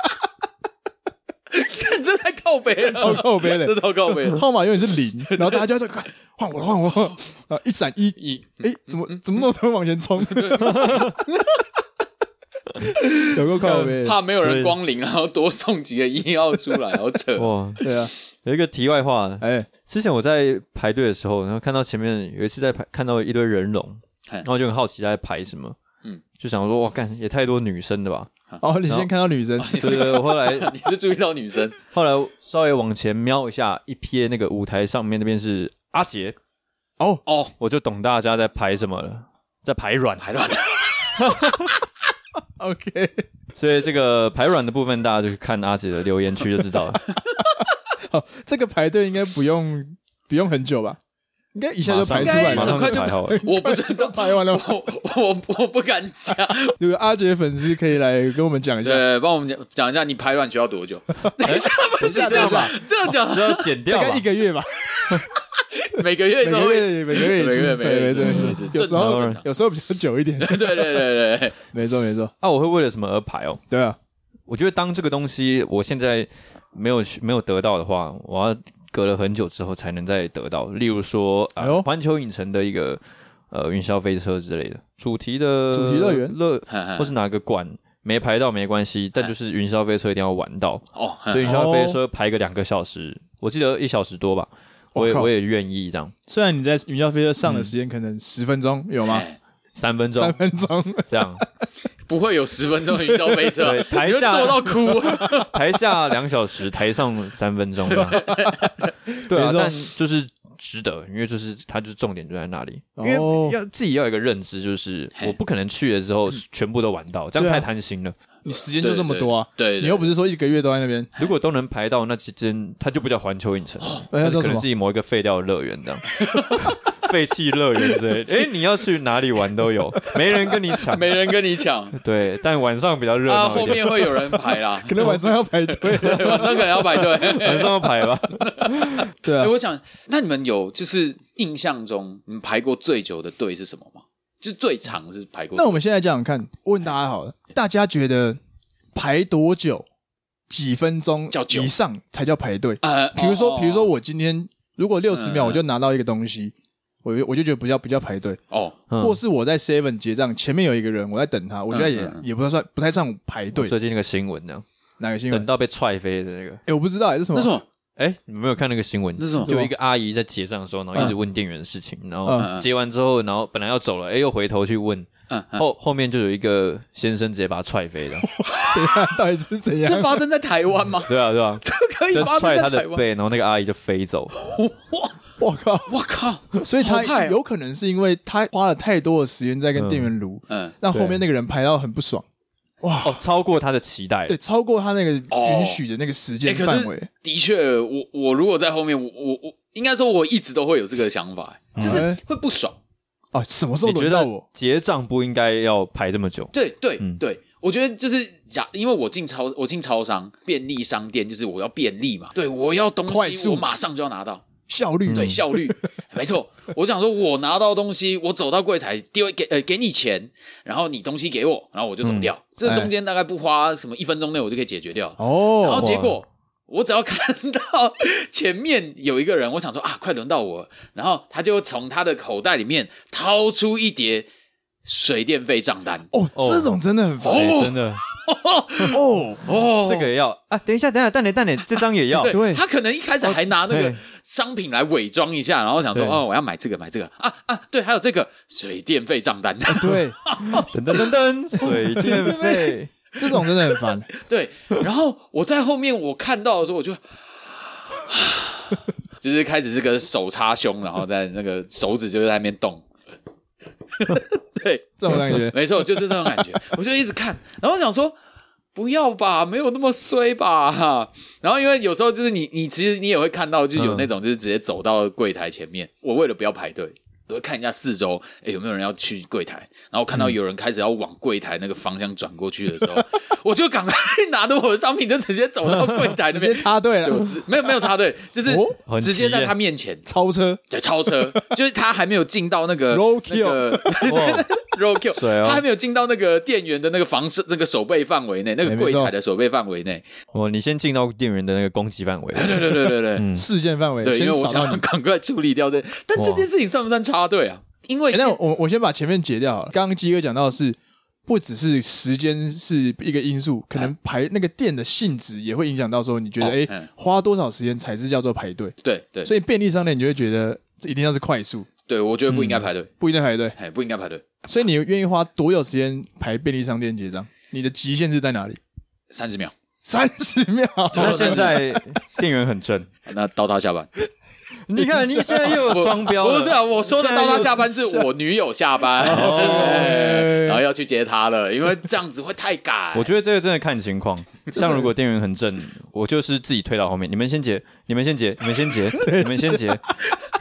S2: 这太靠北
S1: 超 *laughs*
S2: 了，
S1: 靠背
S2: 这
S1: 的
S2: 超靠北了。
S1: 号码永远是
S2: *laughs*
S1: 零，然后大家就在快换我了，换我了，啊，一闪一，
S2: 一嗯
S1: 哎，怎么怎么那么多人往前
S2: *laughs*
S1: 冲？ *laughs* 有够靠背的，
S2: 怕没有人
S3: 对
S2: 光临，然后多送几个一号出来，好扯。
S3: 哇，
S1: 对啊，
S3: 有一个题外话，
S1: 哎，
S3: 之前我在排队的时候，然后看到前面有一次在排，看到一堆人龙，
S2: 嘿
S3: 然后就很好奇在排什么，
S2: 嗯
S3: 嗯，就想说哇，干也太多女生了吧？
S1: 哦，你先看到女生，
S2: 你是
S3: 对对对，我后来
S2: 你是注意到女生
S3: 后来稍微往前瞄一下，一瞥那个舞台上面那边是阿杰，
S1: 哦，
S2: 哦，
S3: 我就懂大家在排什么了，在排卵。
S2: 排卵
S1: *laughs* OK，
S3: 所以这个排卵的部分，大家就去看阿杰的留言区就知道
S1: *laughs*
S3: 了。
S1: 这个排队应该不用不用很久吧？应该一下就排出来
S2: 应该
S3: 马
S1: 了
S2: 很
S3: 上。
S2: 快就
S1: *laughs*
S3: 排好了。
S2: 我不知道，
S1: 排完了
S2: 我我我不敢讲。
S1: 如果阿杰粉丝可以来跟我们讲一下，
S2: 对，帮我们讲讲一下，你排卵需要多久？
S3: 哎
S1: *laughs*
S2: 等一下，不是
S3: 等一下
S2: 这样
S3: 啊这样吧
S2: 这样
S3: 只
S2: 讲
S3: 要剪掉
S1: 大
S3: 吧
S1: 概一，个月吧，
S2: *laughs* 每啊个月
S1: 每
S2: 都
S1: 个
S2: 会。
S1: 月每个月一
S2: 每
S1: 次，
S2: 个月每个月
S1: 对
S2: 一次
S1: 对
S2: 每个月
S1: 对
S2: 一次
S1: 有时
S3: 正常
S1: 候
S3: 正
S2: 常
S1: 有时候比较久
S2: *laughs*
S1: 一点，
S2: 对对对对对，
S1: 没错没错，
S3: 啊，我会为了什么而排哦？
S1: 对啊，
S3: 我觉得当这个东西我现在没有去没有得到的话，我要隔了很久之后才能再得到。例如说，
S1: 哎呦
S3: 呃，环球影城的一个呃云霄飞车之类的主题的
S1: 主题乐园
S3: 乐，
S2: 哼哼
S3: 或是哪个馆没排到没关系，但就是云霄飞车一定要玩到。
S2: 哦，
S3: 所
S2: 哼
S3: 以云霄飞车排个两个小时，我记得一小时多吧，我也
S1: 我靠
S3: 我也愿意这样，
S1: 虽然你在云霄飞车上的时间可能十分钟有吗？
S2: 哎
S3: 三
S1: *laughs*
S3: 分
S1: 三
S3: 钟
S1: 分钟，
S3: 这样，
S2: 不会有十分钟的云霄飞车，
S3: 对台
S2: 你会
S3: 下
S2: 坐到哭。
S3: 台下两
S1: *laughs*
S3: 小时，台上三分钟这样。对
S1: 没
S3: 啊
S1: 错，
S3: 但就是值得，因为就是它就是重点就在那里，因为
S1: 哦
S3: 要自己要有一个认知，就是
S2: 嘿
S3: 我不可能去了之后全部都玩到，这样
S1: 对啊
S3: 太贪心了。
S1: 你时间就这么多啊？
S2: 对，对
S1: 你又不是说一个月都在那边，
S3: 如果都能排到，那其实它就不叫环球影城，
S1: 哎
S3: 它
S1: 那
S3: 是
S1: 叫
S3: 可
S1: 什
S3: 能
S1: 么
S3: 自？己某一个废掉的乐园这样。 *laughs* 废弃乐园之类的，哎、你要去哪里玩都有，没人跟你
S2: *laughs*
S3: 抢。
S2: *laughs* 没人跟
S1: *laughs*，
S2: 你抢，
S3: 对，但晚上比较热
S2: 啊，
S3: 闹
S2: 后
S3: 一点，
S2: 面会有人排啦
S1: 可能晚上要排队了。
S2: 对晚上可能要
S1: *laughs*
S2: 排队。啊
S3: 晚上要排吧。
S1: 对
S2: 哎、
S1: 啊，
S2: 我想，那你们有就是印象中你们排过最久的队是什么吗？就最长是排过
S1: 那我们现在讲讲看，问大家好了，大家觉得排多久、几分钟
S2: 叫久
S1: 以上才叫排队？
S2: 呃，
S1: 比如
S2: 哦
S1: 说，比如说我今天如果六十秒
S2: 嗯
S1: 我就拿到一个东西，我就我就觉得不叫不叫排队，
S2: 哦，
S3: 嗯
S1: 或是我在 Seven 结账前面有一个人我在等他，我觉得也
S2: 嗯
S1: 也不太算不太算排队。
S3: 最近那个新闻呢，
S1: 哪个新
S3: 等
S1: 闻？
S3: 到被踹飞的那个，
S1: 哎，我不知道哎是什
S2: 那
S1: 么
S2: 什。么
S3: 哎、你们没有看那个新闻？
S2: 那是什么
S3: 就有一个阿姨在结账的时候，然后一直问店员的事情，然
S1: 嗯
S3: 后结完之后，然后本来要走了，哎、又回头去问，
S2: 嗯，嗯
S3: 后后面就有一个先生直接把他踹飞了。
S1: *laughs* 等一下到底是怎
S2: 这
S1: 样？
S2: 发生在台湾
S1: *laughs*
S2: 吗？
S3: 对啊，对啊，
S2: 这可以
S3: 就
S2: 发
S3: 踹
S2: 生
S3: 他
S2: 在台
S3: 的
S2: 湾？
S3: 背，然后那个阿姨就飞走。
S1: 我靠！
S2: 我靠，
S1: 所以
S2: 好
S1: 他
S2: 派哦
S1: 有可能是因为他花了太多的时间在跟
S3: 嗯
S1: 店员撸，
S2: 嗯，
S1: 让后面
S3: 对
S1: 那个人排到很不爽。
S3: 哦，超过他的期待。
S1: 对，超过他那个
S2: 哦
S1: 允许的那个时间
S2: 欸可是
S1: 范围。
S2: 的确，我我如果在后面，我我我应该说我一直都会有这个想法，哎就是
S1: 嗯
S2: 会不爽。
S1: 哦，什么时候
S3: 你觉
S1: 轮到
S3: 得
S1: 我？
S3: 结账不应该要排这么久？
S2: 对对
S3: 嗯
S2: 对，我觉得就是假，因为我进超我进超商、便利商店，就是我要便利嘛，对我要东
S1: 快
S2: 西，
S1: 速嗯
S2: 我马上就要拿到，
S1: 效率
S3: 嗯
S2: 对效
S1: *laughs*
S2: 率，没错。我想说，我拿到东西，我走到柜台丢给呃给你钱，然后你东西给我，然后我就
S1: 嗯
S2: 走掉。这中间大概不花什么一分钟内我就可以解决掉。
S1: 哎哦，
S2: 然后结果我只要看到 *laughs* 前面有一个人，我想说啊，快轮到我了，然后他就从他的口袋里面掏出一叠水电费账单。
S1: 哦，这种真的很烦
S3: 对，哎真的，
S1: 哦，
S2: 哦
S3: 这个也要啊！等一下，等一下，蛋蛋蛋蛋，这张也要
S2: 对，
S1: 对
S2: 他可能一开始还拿那个
S3: 对
S2: 商品来伪装一下，然后想说
S3: 对
S2: 哦，我要买这个买这个啊啊，对，还有这个水电费账单，
S1: 对，
S3: 噔噔噔噔，水电费，
S1: 这种真的很烦，
S2: *laughs* 对，然后我在后面我看到的时候，我就。 *sighs* 就是开始这个手插胸，然后在那个手指就在那边动， *laughs* 对，
S1: 这种感觉。
S2: *laughs* 没错，就是这种
S1: *laughs*
S2: 感觉。我就一直看，然后想说不要吧，没有那么衰吧。 *laughs* 然后因为有时候就是你，你其实你也会看到，就有那种就是直接走到柜台前面。我为了不要排队，我会看一下四周，哎，有没有人要去柜台。然后看到有人开始要往柜台那个方向转过去的
S1: *laughs*
S2: 时候，我就赶快拿着我的商品，就直接走到柜台那
S1: *laughs* 直
S2: 边
S1: 接。插队
S2: 对，我
S1: 了，
S2: 直没有没有插队，就是
S1: 哦
S3: 很
S2: 直接
S3: 急
S2: 在
S3: 耶
S2: 他面前，
S1: 超车
S2: 对，超车， *laughs* 就是他还没有进到那个
S1: Roadkill
S2: 那个
S3: 哇
S2: roll kill，
S3: 水
S1: 啊
S3: 哦
S2: 他还没有进到那个店员的那个防守那个守备范围内，那个
S1: 没错
S2: 柜台的守备范围内。
S3: 哦，你先进到店员的那个攻击范围，
S2: 对对对对对对，
S3: 嗯
S1: 事件范围，
S2: 对，
S1: 嗯
S2: 因
S1: 先
S2: 为我
S1: 扫到
S2: 想
S1: 你
S2: 要。赶快处理掉这，但这件事情算不算插队啊？因为
S1: 诶
S2: 是
S1: 哎那我我先把前面截掉好了。刚刚鸡哥讲到的是，不只是时间是一个因素，可能排那个店的性质也会影响到说，你觉得
S2: 哎哦
S1: 诶
S2: 嗯
S1: 花多少时间才是叫做排队？
S2: 对对
S1: 所以便利商店你就会觉得这一定要是快速，
S2: 对，我觉得不应该排队，
S1: 不一定排队。
S2: 哎，不应该排队，
S1: 所以你愿意花多久时间排便利商店结账？你的极限是在哪里？
S2: 三十秒，
S1: 三十秒。
S3: 那现在店员很正，
S2: 那到他下班。
S3: *laughs* 你看你现在又有双标
S2: 不
S3: 了，
S2: 是啊，我说的到他下班是我女友
S1: *laughs*
S2: 下班，
S1: 哦
S2: 对然后要去接她了，因为这样子会太赶。
S3: 我觉得这个真的看情况，像如果店员很正，我就是自己推到后面，你们先结，你们先结，你们先 *laughs* 结，你们先结，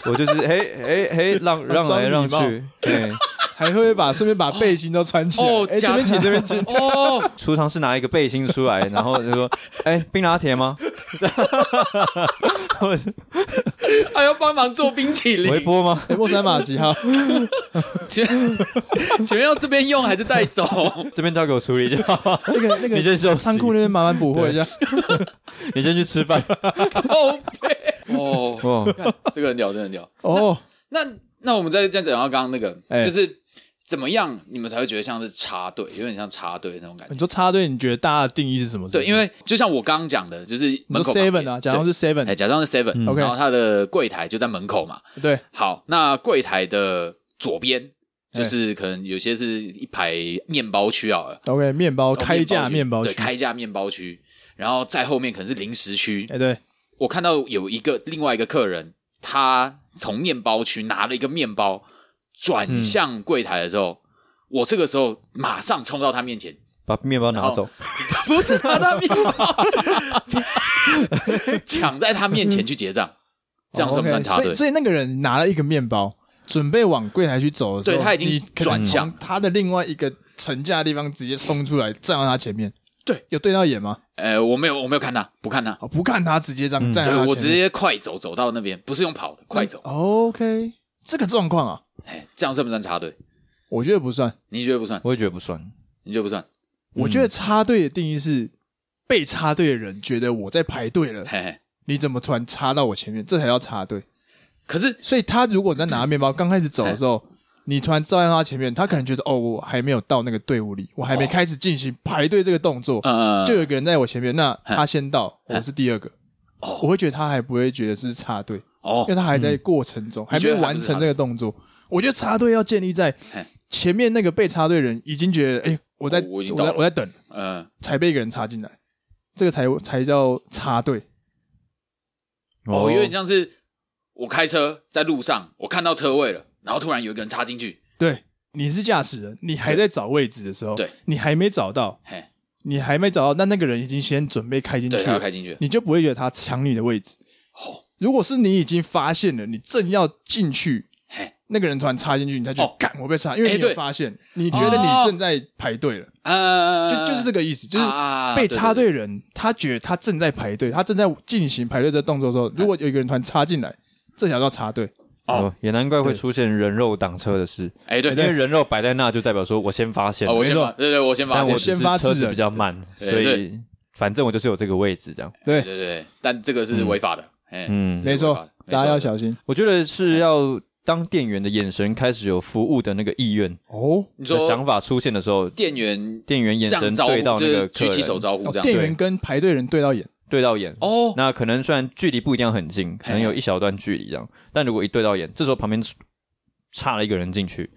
S3: 我就是嘿嘿嘿，让让来让
S1: 装
S3: 去
S1: 礼，
S3: 对，
S1: 还会把顺便把背心都穿起来，
S2: 哦
S1: 哎，这
S2: 假
S1: 边请这边请，
S2: 哦，
S3: 出尝是拿一个背心
S2: *laughs*
S3: 出来，然后就说，哎，冰拿铁吗？我
S2: 还要帮忙做冰淇淋，
S3: 微波吗？ *laughs*
S1: 哎莫三马几号？
S2: 请问请问要这边用还是带走？
S3: 这边交给我处理就好，
S1: 那个那
S3: 你
S1: 个
S3: 先休息
S1: 仓，库那边麻烦补货一下。
S3: 你先去吃饭。
S2: 哦，哦，
S3: 哦，
S2: 看这个很屌，真的很屌。
S1: *laughs* 哦，
S2: 那那我们再再讲到刚刚那个，
S1: 哎
S2: 就是怎么样你们才会觉得像是插队，有点像插队那种感觉
S1: 你。说插队，你觉得大家的定义是什么？
S2: 对，因为就像我刚刚讲的，就是
S1: 你
S2: 门
S1: 说
S2: 口旁边
S1: seven 啊，假装是
S2: 对哎，
S1: seven，嗯
S2: 假装是 seven，、
S1: OK
S2: 然后他的柜台就在门口嘛。
S1: 对，
S2: 好，那柜台的左边
S1: 哎
S2: 就是可能有些是一排面包区好了，
S1: OK，面包哦开价面包
S2: 对，
S1: 区，
S2: 开哦价面包区，然后再后面可能是零食区，
S1: 哎对，
S2: 我看到有一个另外一个客人，他从面包区拿了一个面包，转向柜台的时候，我这个时候马上冲到他面前，
S3: 把面包拿走，
S2: 不是拿他面包， *laughs* 抢在他面前去结账，这样算不算插
S1: 哦
S2: 队
S1: ，OK，所以？所以那个人拿了一个面包，准备往柜台去走的时候，
S2: 对他已经
S1: 你可能
S2: 转向
S1: 从他的另外一个层架的地方直接冲出来，站到他前面。
S2: 对，
S1: 有对到眼吗？
S2: 呃，我没有，我没有看他，不看他，啊
S1: 哦，不看他，直接这样站在
S2: 嗯对
S1: 他前
S2: 我直
S1: 面。嗯哦
S2: 接快走走到那边，不是用跑的，快走，
S1: OK，这个状况啊，
S2: 哎，这样算不算插队？
S1: 我觉得不算。
S2: 你觉得不算？
S3: 我也觉得不算。
S2: 你觉得不算？嗯
S1: 我觉得插队的定义是被插队的人觉得我在排队了，
S2: 嘿嘿，
S1: 你怎么突然插到我前面？这才叫插队。
S2: 可是
S1: 所以他如果在拿面包刚开始走的时
S2: 哎
S1: 候，你突然站在他前面，他可能觉得哦，我还没有到那个队伍里，我还没开始进行排队这个动作，
S2: 呃，
S1: 就有一个人在我前面，那他先到，我是第二个，
S2: 嗯哦
S1: 我会觉得他还不会觉得是插队，
S2: 哦
S1: 因
S2: 嗯
S1: 为，他还在过程中，还
S2: 你觉
S1: 没
S2: 得
S1: 有
S2: 他不
S1: 完
S2: 是
S1: 成这个动作。我觉得插队要建立在
S2: 嘿
S1: 前面那个被插队人已经觉得，哎、我在
S2: 哦我已经
S1: 我
S2: 到
S1: 在
S2: 了
S1: 我在等，
S2: 嗯，
S1: 才被一个人插进来，这个才才叫插队。
S2: 哦，有点像是我开车在路上，我看到车位了，然后突然有一个人插进去，
S1: 对，你是驾驶人，你还在找位置的时候，
S2: 对，
S1: 你还没找到，
S2: 嘿，
S1: 你还没找到，那那个人已经先准备开进去
S2: 对，他要
S1: 了，
S2: 开进去了，
S1: 你就不会觉得他抢你的位置。
S2: 哦，
S1: 如果是你已经发现了，你正要进去，
S2: 嘿，
S1: 那个人突然插进去，你才觉得
S2: 哦
S1: 干、我被插，因为
S2: 哎
S1: 你有
S2: 对
S1: 发现，你觉得
S2: 哦
S1: 你正在排队了，
S2: 呃，
S1: 就就是这个意思，就是
S2: 啊
S1: 被
S2: 对
S1: 插
S2: 对
S1: 队人，他觉得他正在排队，他正在进行排队这动作的时候，如果有一个人突然插进来，这才叫插队。
S2: 哦
S3: 哦，也难怪会
S1: 对
S3: 出现人肉挡车的事，
S2: 哎
S3: 因
S2: 对，
S3: 为人肉摆在那就代表说我先发现
S2: 哦
S3: 了，
S2: 我先发，
S1: 没错
S2: 对对，我先发
S3: 但
S2: 现
S3: 我
S1: 我，
S3: 只
S1: 先
S3: 是
S1: 发制
S3: 车子
S1: 人
S3: 比较慢，
S2: 对
S3: 所以
S2: 对
S3: 反正我就是有这个位置这样。
S2: 对对对，但这个是违法的，哎，
S3: 嗯
S2: 是，
S1: 没错
S2: 违法的
S1: 大家要小心
S3: 我觉得是要当店员的眼神开始有服务的那个意愿
S1: 哦。
S2: 你
S3: 的
S2: 说
S3: 想法出现的时候，
S2: 店员
S3: 店员眼
S2: 这
S3: 神
S2: 样招
S3: 对
S2: 呼，
S3: 到
S2: 就
S3: 那
S2: 是
S3: 个
S2: 举起
S3: 客人
S2: 手招呼这
S1: 哦
S2: 样，
S1: 店
S3: 对
S1: 员跟排队人对到眼，
S3: 对到眼。
S2: 哦，
S3: *laughs* 那可能虽然距离不一定要很近，可能有一小段距离这样，但如果一对到眼，这时候旁边插了一个人进去，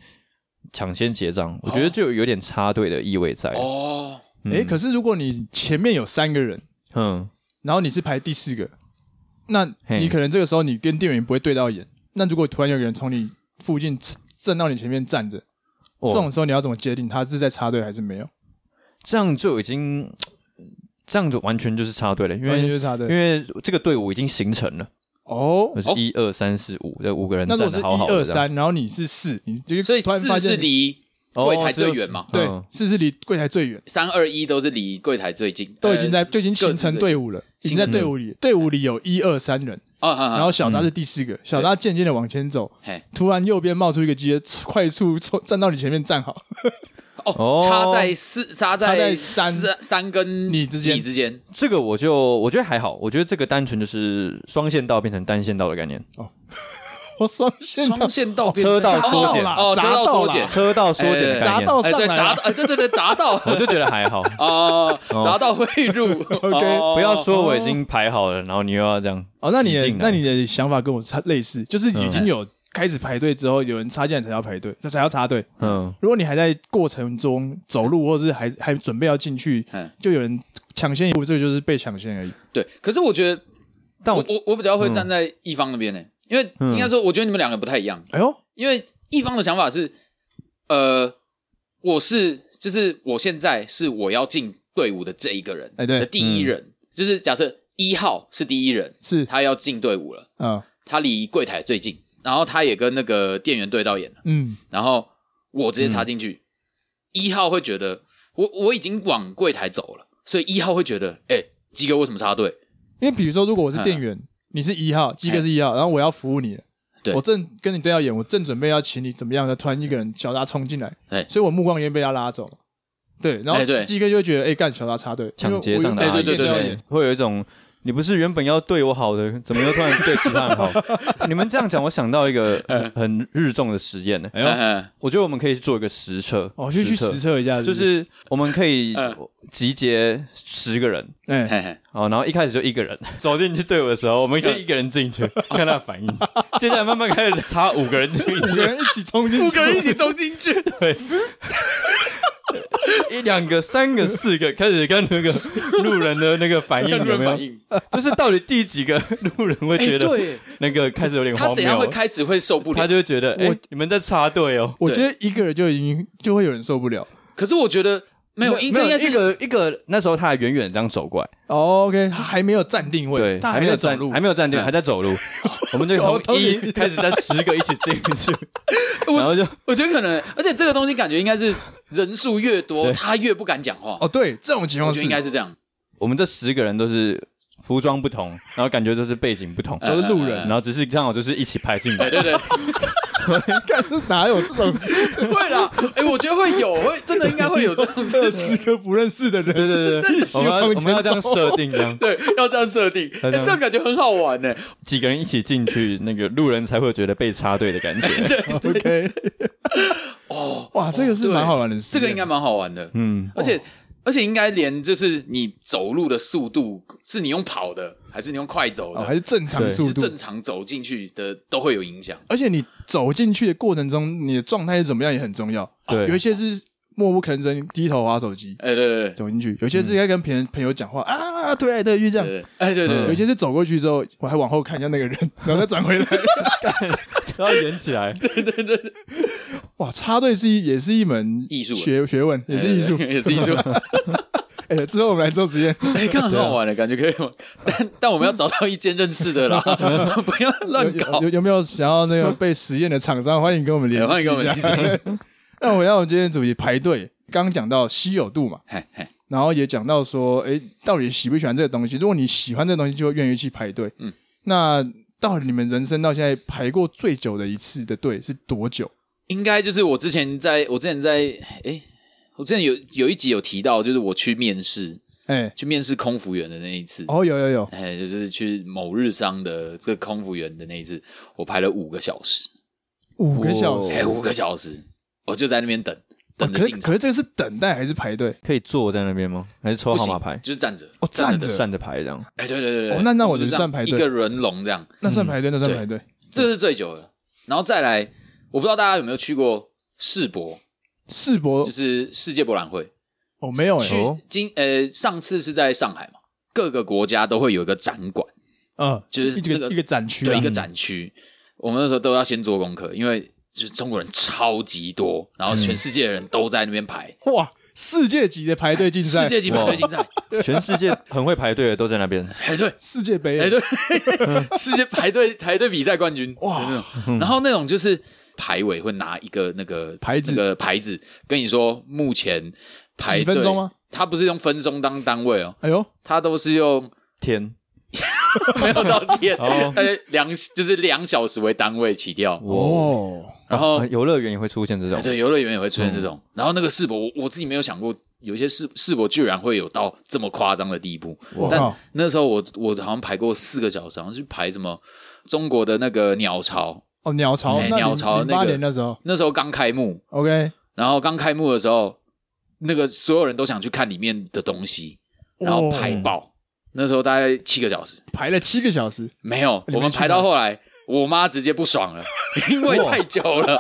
S3: 抢先结
S1: 哦
S3: 账，我觉得就有有点插队的意味在。
S1: 哎
S2: 哦，
S3: 嗯
S1: 诶，可是如果你前面有三个人，
S3: 嗯，
S1: 然后你是排第四个，那
S3: 嘿
S1: 你可能这个时候你跟店员不会对到眼。那如果突然有个人从你附近站到你前面站着，
S3: 哦
S1: 这种时候你要怎么界定他是在插队还是没有？
S3: 这样就已经这样就完全就是插队了，因
S1: 完全就
S3: 为
S1: 哦是插
S3: 因
S1: 队
S3: 为这个队伍已经形成了，
S1: 哦
S3: 就。是一二三四五这五个人
S1: 那
S3: 站
S1: 如果是
S3: 的好好
S1: 一二
S3: 的这样，
S1: 三，然后你是四，你就
S2: 所以
S1: 突然发
S2: 四
S1: 现
S2: 是离柜台最远嘛，
S1: 哦对
S3: 哦嗯
S1: 四是离柜台最远，
S2: 三二一都是离柜台最近，
S1: 都已经在
S2: 呃
S1: 就已经形成队伍了，已
S3: 嗯
S1: 经在队伍里，队伍里有一二三人，
S2: 啊啊，嗯
S1: 然
S2: 然
S1: 后小扎是第四个，小扎渐渐的往前走
S2: 嘿，
S1: 突然右边冒出一个街，快速冲站到你前面站好，
S2: 哦
S3: 哦
S2: 插在四插
S1: 插
S2: 在
S1: 在三
S2: 四三跟
S1: 你之间
S2: 你之间，
S3: 这个我就我觉得还好，我觉得这个单纯就是双线道变成单线道的概念，
S1: 我双线道
S2: 双线道变
S3: 车道缩减
S1: 啦
S2: 哦，车
S1: 匝道
S2: 道缩
S1: 啦
S2: 减，
S3: 车道缩减
S2: 哎
S3: 的
S1: 匝
S3: 概念，
S1: 道
S2: 哎，
S1: 上
S2: 对，
S1: 来
S2: 匝
S1: 了
S2: 道，，哎对对对，匝道
S3: 我就觉得还好。
S2: 哦，
S3: 哦
S2: 匝道汇入
S1: OK
S2: 哦
S3: 不要说我已经排好了，然后你又要这样
S1: 哦，那你
S3: 挤
S1: 的
S2: 啊
S3: 进来
S1: 那你的想法跟我差类似，就是已经有开始排队之后，有人插进来才要排队，才才要插队。
S3: 嗯
S1: 如果你还在过程中走路，或者是还还准备要进去
S2: 嗯，
S1: 就有人抢先一步，这个就是被抢先而已。
S2: 对，可是我觉得，
S3: 但
S2: 我
S3: 我
S2: 我我比较会站在一方那边呢，因为应该说，我觉得你们两个不太一样，
S1: 哎呦，
S2: 因为一方的想法是，呃，我是就是我现在是我要进队伍的这一个人，
S1: 哎对
S2: 的第一人，就是假设一号是第一人，
S1: 是
S2: 他要进队伍了，
S1: 啊，
S2: 他离柜台最近，然后他也跟那个店员对到眼了，
S1: 嗯，
S2: 然后我直接插进去，一、号会觉得我我已经往柜台走了，所以一号会觉得，哎、鸡哥为什么插队？
S1: 因为比如说，如果我
S2: 嗯
S1: 是店员，你是一号，鸡哥是一号，然后我要服务你了，
S2: 对
S1: 我正跟你对到眼，我正准备要请你怎么样的，突然一个人小达冲进来
S2: 哎，
S1: 所以我目光也被他拉走了。对，然
S2: 哎对
S1: 后鸡哥就会觉得，哎，干小达插队，
S3: 抢劫上
S1: 因为我
S3: 来，
S1: 原本跟你
S2: 对对对对
S1: 对到
S2: 对
S1: 眼，
S3: 会有一种你不是原本要对我好的，怎么又突然对其他人 *laughs* 好？你们这样讲，我想到一 *laughs* 个很很日重的实验呢。
S1: 哎呦
S2: 嗯
S3: 我觉得我们可以去做一个实测，
S1: 哦，去去
S3: 测
S1: 实，测一下，
S3: 就，是我们可以
S2: 嗯
S3: 集结十个人。
S1: 哎，
S2: 嘿嘿
S3: 哦，然后一开始就一个人 *laughs* 走进去队伍的时候，我们就一个人进 *laughs* 去看他反应，接下来慢慢开 *laughs* 始插五个人进去，
S1: 五个人一起冲进去，
S2: *laughs* 五个人一起冲进去，
S3: 一两个、三个、四个，开始看那个路人的那个反应
S2: 看
S3: *laughs* 有
S2: 人 *laughs*
S3: 没
S2: 反
S3: 有？
S2: 应。
S3: 就是到底第几个路人会觉
S2: 哎
S3: 得
S2: 对，
S3: 那个开始有点
S2: 他
S3: 荒
S2: 怎样会
S3: 谬？啊
S2: 开始会受不
S3: 他
S2: 了？
S3: 就会觉得，哎、
S1: 我
S3: 你们在插队哦。
S1: 我觉得一个人就已经就会有人受不了。
S2: 可是我觉得没有，应该应该
S3: 一
S2: 是
S3: 个一个，那时候他还远远这样走过来，
S1: 哦 OK，他还没有站定位，
S3: 对，
S1: 他
S3: 还没
S1: 没
S3: 有
S1: 有走
S3: 站，
S1: 路
S3: 还，没有站定，
S2: 嗯
S3: 还在 *laughs* 走路。我们就
S1: 我
S3: 从
S1: 同
S3: 一
S1: 意
S3: *laughs* 开始在十个一起进
S2: *laughs*
S3: 去，然后就
S2: 我觉得可能，而且这个东西感觉应该是人数越多，
S3: 对
S2: 他越不敢讲话。
S1: 哦，对，这种情
S2: 我
S1: 况是
S2: 觉得应
S1: *laughs*
S2: 该是这样，
S3: 我们这十个人都是服装不同，然后感觉都是背景不同，
S1: 都是路人
S3: 然后只是刚好就是一起排进来
S2: 哎对。对对， *laughs*
S1: 哪有这种事？
S2: 会啦。哎，我觉得会有，会真的应该会有这种
S1: 这十个不认识的
S2: *laughs*
S1: 人，
S3: 对对对对，我们要
S1: 一起往前
S3: 我们要这样
S1: 走
S3: 设定，这样
S2: 对，要这样
S1: *laughs*
S2: 设定，哎
S3: 要这样
S2: 这样感觉很好玩欸呢。
S3: 几个人一起进去，那个路人才会觉得被插队的感 *laughs* 觉。
S1: OK，哦，哇，这个是
S2: 对
S1: 蛮好玩的，
S2: 这个应该。蛮好玩的，
S3: 嗯，
S2: 而
S1: 哦
S2: 且而且应该连就是你走路的速度，是你用跑的，还是你用快走
S1: 哦，
S2: 的，
S1: 还是正常
S3: 对
S1: 速
S2: 是
S1: 度，
S2: 正常走进去的，都会有影响。
S1: 而且你走进去的过程中，你的状态是怎么样也很重要。
S3: 对
S1: 有一些是默不吭声，低头划手机
S2: 哎，对对对
S1: 走进去；有一些是在跟朋友朋友讲话啊，对来对去这
S2: 对
S1: 样；
S2: 对，哎对对
S3: 嗯
S1: 有一
S2: 对，
S1: 些是走过去之后，我还往后看一下那个 *laughs* 人，然后再转回来。
S3: 都要演起来。
S1: 哇，插队是一也是一门
S2: 艺术啊
S1: 学学问，也是艺术。 *laughs*
S2: 也是艺术。
S1: 哎、之后我们来做实验，
S2: 哎，看很好玩的
S1: 啊
S2: 感觉可以吗？但但我们要找到一间认识
S1: *laughs*
S2: 的啦， *laughs* 不要
S1: 有
S2: 乱搞
S1: 有。有有没有想要那个被实验的厂商，欢迎跟我们联系
S2: *laughs* 哎欢迎跟我们
S1: 一下 *laughs* 那我要我们今天的主题排队，刚讲到稀有度嘛，
S2: 嘿嘿，
S1: 然后也讲到说，哎、到底喜不喜欢这个东西？如果你喜欢这个东西，就会愿意去排队。
S2: 嗯，
S1: 那到底你们人生到现在排过最久的一次的队是多久？
S2: 应该就是我之前在我之前在哎，我之前有有一集有提到，就是我去面试
S1: 哎、
S2: 去面试空服员的那一次。
S1: 哦，有有有，
S2: 哎，就是去某日商的这个空服员的那一次，我排了五个小时，
S1: 五个小时
S2: 哎，，五个小时，我就在那边等，
S1: 哦
S2: 等着
S1: 可
S2: 进场
S1: 可，是这个是等待还是排队？
S3: 可以坐在那边吗？还是抽
S2: 不
S3: 号
S2: 行
S3: 码牌？
S2: 就是站着，
S1: 哦，站着，
S3: 站着排这样？
S2: 哎，对对对对，
S1: 哦那那我
S2: 就
S1: 就
S2: 这样
S1: 算排队
S2: 一个人龙这样，
S1: 那算排队，那算
S2: 嗯对
S1: 排队。
S2: 这是最久的。然后再来，我不知道大家有没有去过世博，
S1: 世博
S2: 就是世界博览会。
S1: 哦，没有哎、
S2: 去
S3: 哦
S2: 今呃上次是在上海嘛，各个国家都会有一个展馆，
S1: 嗯，
S2: 就是
S1: 一
S2: 那
S1: 个
S2: 个
S1: 一个展区啊，
S2: 对一个展区。我们那时候都要先做功课，因为就是中国人超级多，然后
S1: 嗯
S2: 全世界的人都在那边排
S1: 哇，世界级的排队竞赛，
S2: *laughs* 世界级排队竞赛，
S3: 全世界很会排队的都在那边。
S2: 哎对。
S1: 世界杯， *laughs*
S2: 哎，对，世界排队排队比赛冠军
S1: 哇嗯
S2: 哇！然后那种就是排委会拿一个那个
S1: 牌子
S2: 那个牌子跟你说，目前排
S1: 几
S2: 队
S1: 分钟吗？
S2: 他不是用分钟当单位哦，
S1: 哎呦，
S2: 他都是用 *laughs*
S3: 天，
S2: 没有到天
S3: 哦，
S2: 他就两就是两小时为单位起跳。
S1: 哦，
S2: 然后
S3: 啊游乐园也会出现这种
S2: 哎，对，游乐园也会出现这种。
S1: 嗯
S2: 然后那个世博，我我自己没有想过，有一些世世博居然会有到这么夸张的地步。
S1: 哇
S2: 但那时候我我好像排过四个小时，好像去排什么中国的那个鸟巢，
S1: 哦，鸟巢，
S2: 哎
S1: 那
S2: 鸟巢那
S1: 八
S2: 个
S1: 年那时候
S2: 那时候刚开幕，
S1: ，OK，
S2: 然后刚开幕的时候，那个所有人都想去看里面的东西，然后排
S1: 哦
S2: 爆。那时候大概七个小时，
S1: 排了七个小时，
S2: 没有，
S1: 你没
S2: 我们
S1: 去
S2: 排
S1: 吗
S2: 到后来，我妈直接不爽了，因为太啊久了，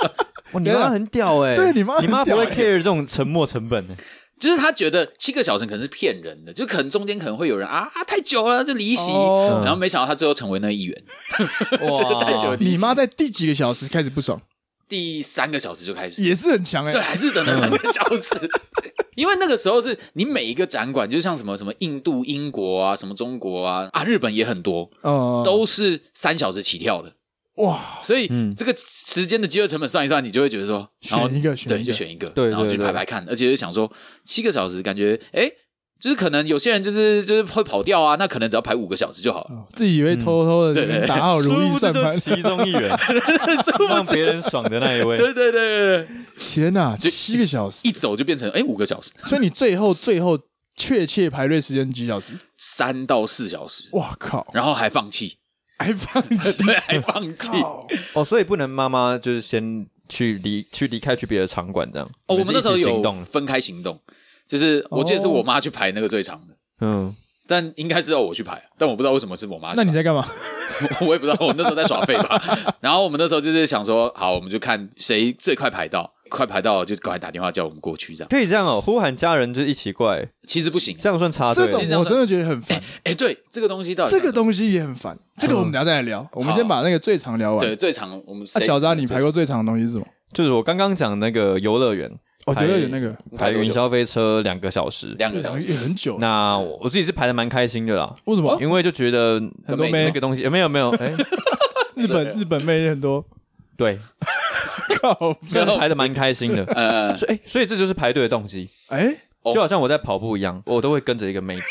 S3: 哇，你妈很屌哎、
S1: 对你妈很
S3: 你妈不
S1: 屌
S3: 会
S1: 欸
S3: care 这种沉没成本、
S2: *laughs*
S3: 欸，
S2: 就是她觉得七个小时可能是骗人的，就可能中间可能会有人啊啊太久了就离席，
S1: 哦
S3: 嗯
S2: 然后没想到她最后成为那一员，
S3: 哇，
S2: 太久了。
S1: 你妈
S2: 在
S1: 在第几个小时开始不爽，
S2: 第三个小时就开始，
S1: 也是很强哎、
S2: 对，还是等了三个小时。 *laughs* 因为那个时候是你每一个展馆，就像什么什么印度、英国啊，什么中国啊啊，日本也很多，
S1: 哦，
S2: 都是三小时起跳的，
S1: 哇，
S2: 所以
S3: 嗯
S2: 这个时间的饥饿成本算一算，你就会觉得说，然后
S1: 选一个选
S2: 对，
S1: 一
S2: 就
S1: 个
S2: 选一个，
S3: 对
S2: 然后
S3: 对
S2: 去
S3: 对
S2: 排排看，而且就想说七个小时，感觉哎，就是可能有些人就是就是会跑掉啊，那可能只要排五个小时就好了，
S1: 哦自己以为偷偷
S2: 嗯对对
S1: 的
S2: 对
S1: 打好如
S3: 殊
S1: 意
S3: 不知
S1: 算
S3: 就
S1: 盘
S3: 是，其中
S2: *laughs*
S3: 一员，让别人爽的那一位。
S2: 对对对对对，
S1: 天哪、
S2: 就
S1: 七个小时
S2: 一，走就变成哎五个小时，
S1: 所以你最后最后确切排队时间几小时？
S2: 三到四小时，
S1: 哇靠，
S2: 然后还
S1: *laughs*
S2: 放弃，
S1: 还放
S2: *laughs*
S1: 弃，
S2: 对，还放弃。
S1: 靠
S3: 哦，所以不能妈妈就是先去离去离开去别的场馆这样。
S2: 哦，我
S3: 你
S2: 们
S3: 是
S2: 那
S3: 一
S2: 时候
S3: 起
S2: 有
S3: 行动，
S2: 分开行动，就是我记得
S1: 哦
S2: 是我妈去排那个最长的，
S3: 嗯，
S2: 但应该是要我去排，啊但我不知道为什么是我妈去排。
S1: 那你在干嘛？
S2: *laughs* 我也不知道，我那时候在耍废
S1: *laughs*
S2: 吧。然后我们那时候就是想说，好，我们就看谁最快排到，快排到了就赶快打电话叫我们过去这样。
S3: 可以这样哦，呼喊家人就一起过来，
S2: 其实不行，
S3: 这样算插
S1: 这
S3: 队。
S1: 种
S2: 啊其实这样
S1: 我
S2: 算
S1: 真的觉得很烦。
S2: 哎，对，这个东西到底
S1: 这个东西也很烦，这个我们等一下再来聊。我们先把那个最长聊完。
S2: 嗯对，最长我们
S1: 那
S2: 谁
S1: 啊小扎，你
S2: 最
S1: 排过最长的东西是什么？
S3: 就是我刚刚讲那个游乐园，
S1: 我觉
S3: 排
S1: 得有那个
S2: 长
S3: 排
S2: 排多久
S3: 云霄飞车两个小时。
S2: 两个小时
S1: 也很久。
S3: 那我我自己是排的蛮开心的啦，
S1: 为什
S2: 哦
S1: 么？
S3: 因为就觉得
S1: 很多
S2: 妹
S1: 妹
S3: 那，个东西、呃没有没有，哎、
S1: 日
S2: 是
S1: 本日本妹也很多。 *laughs*
S3: 对，
S1: 靠，
S3: 所以排的蛮开心的。
S2: 呃，
S3: 所以、哎所以这就是排队的动机，
S1: 哎，
S2: 哦
S3: 就好像我在跑步一样，我都会跟着一个妹子，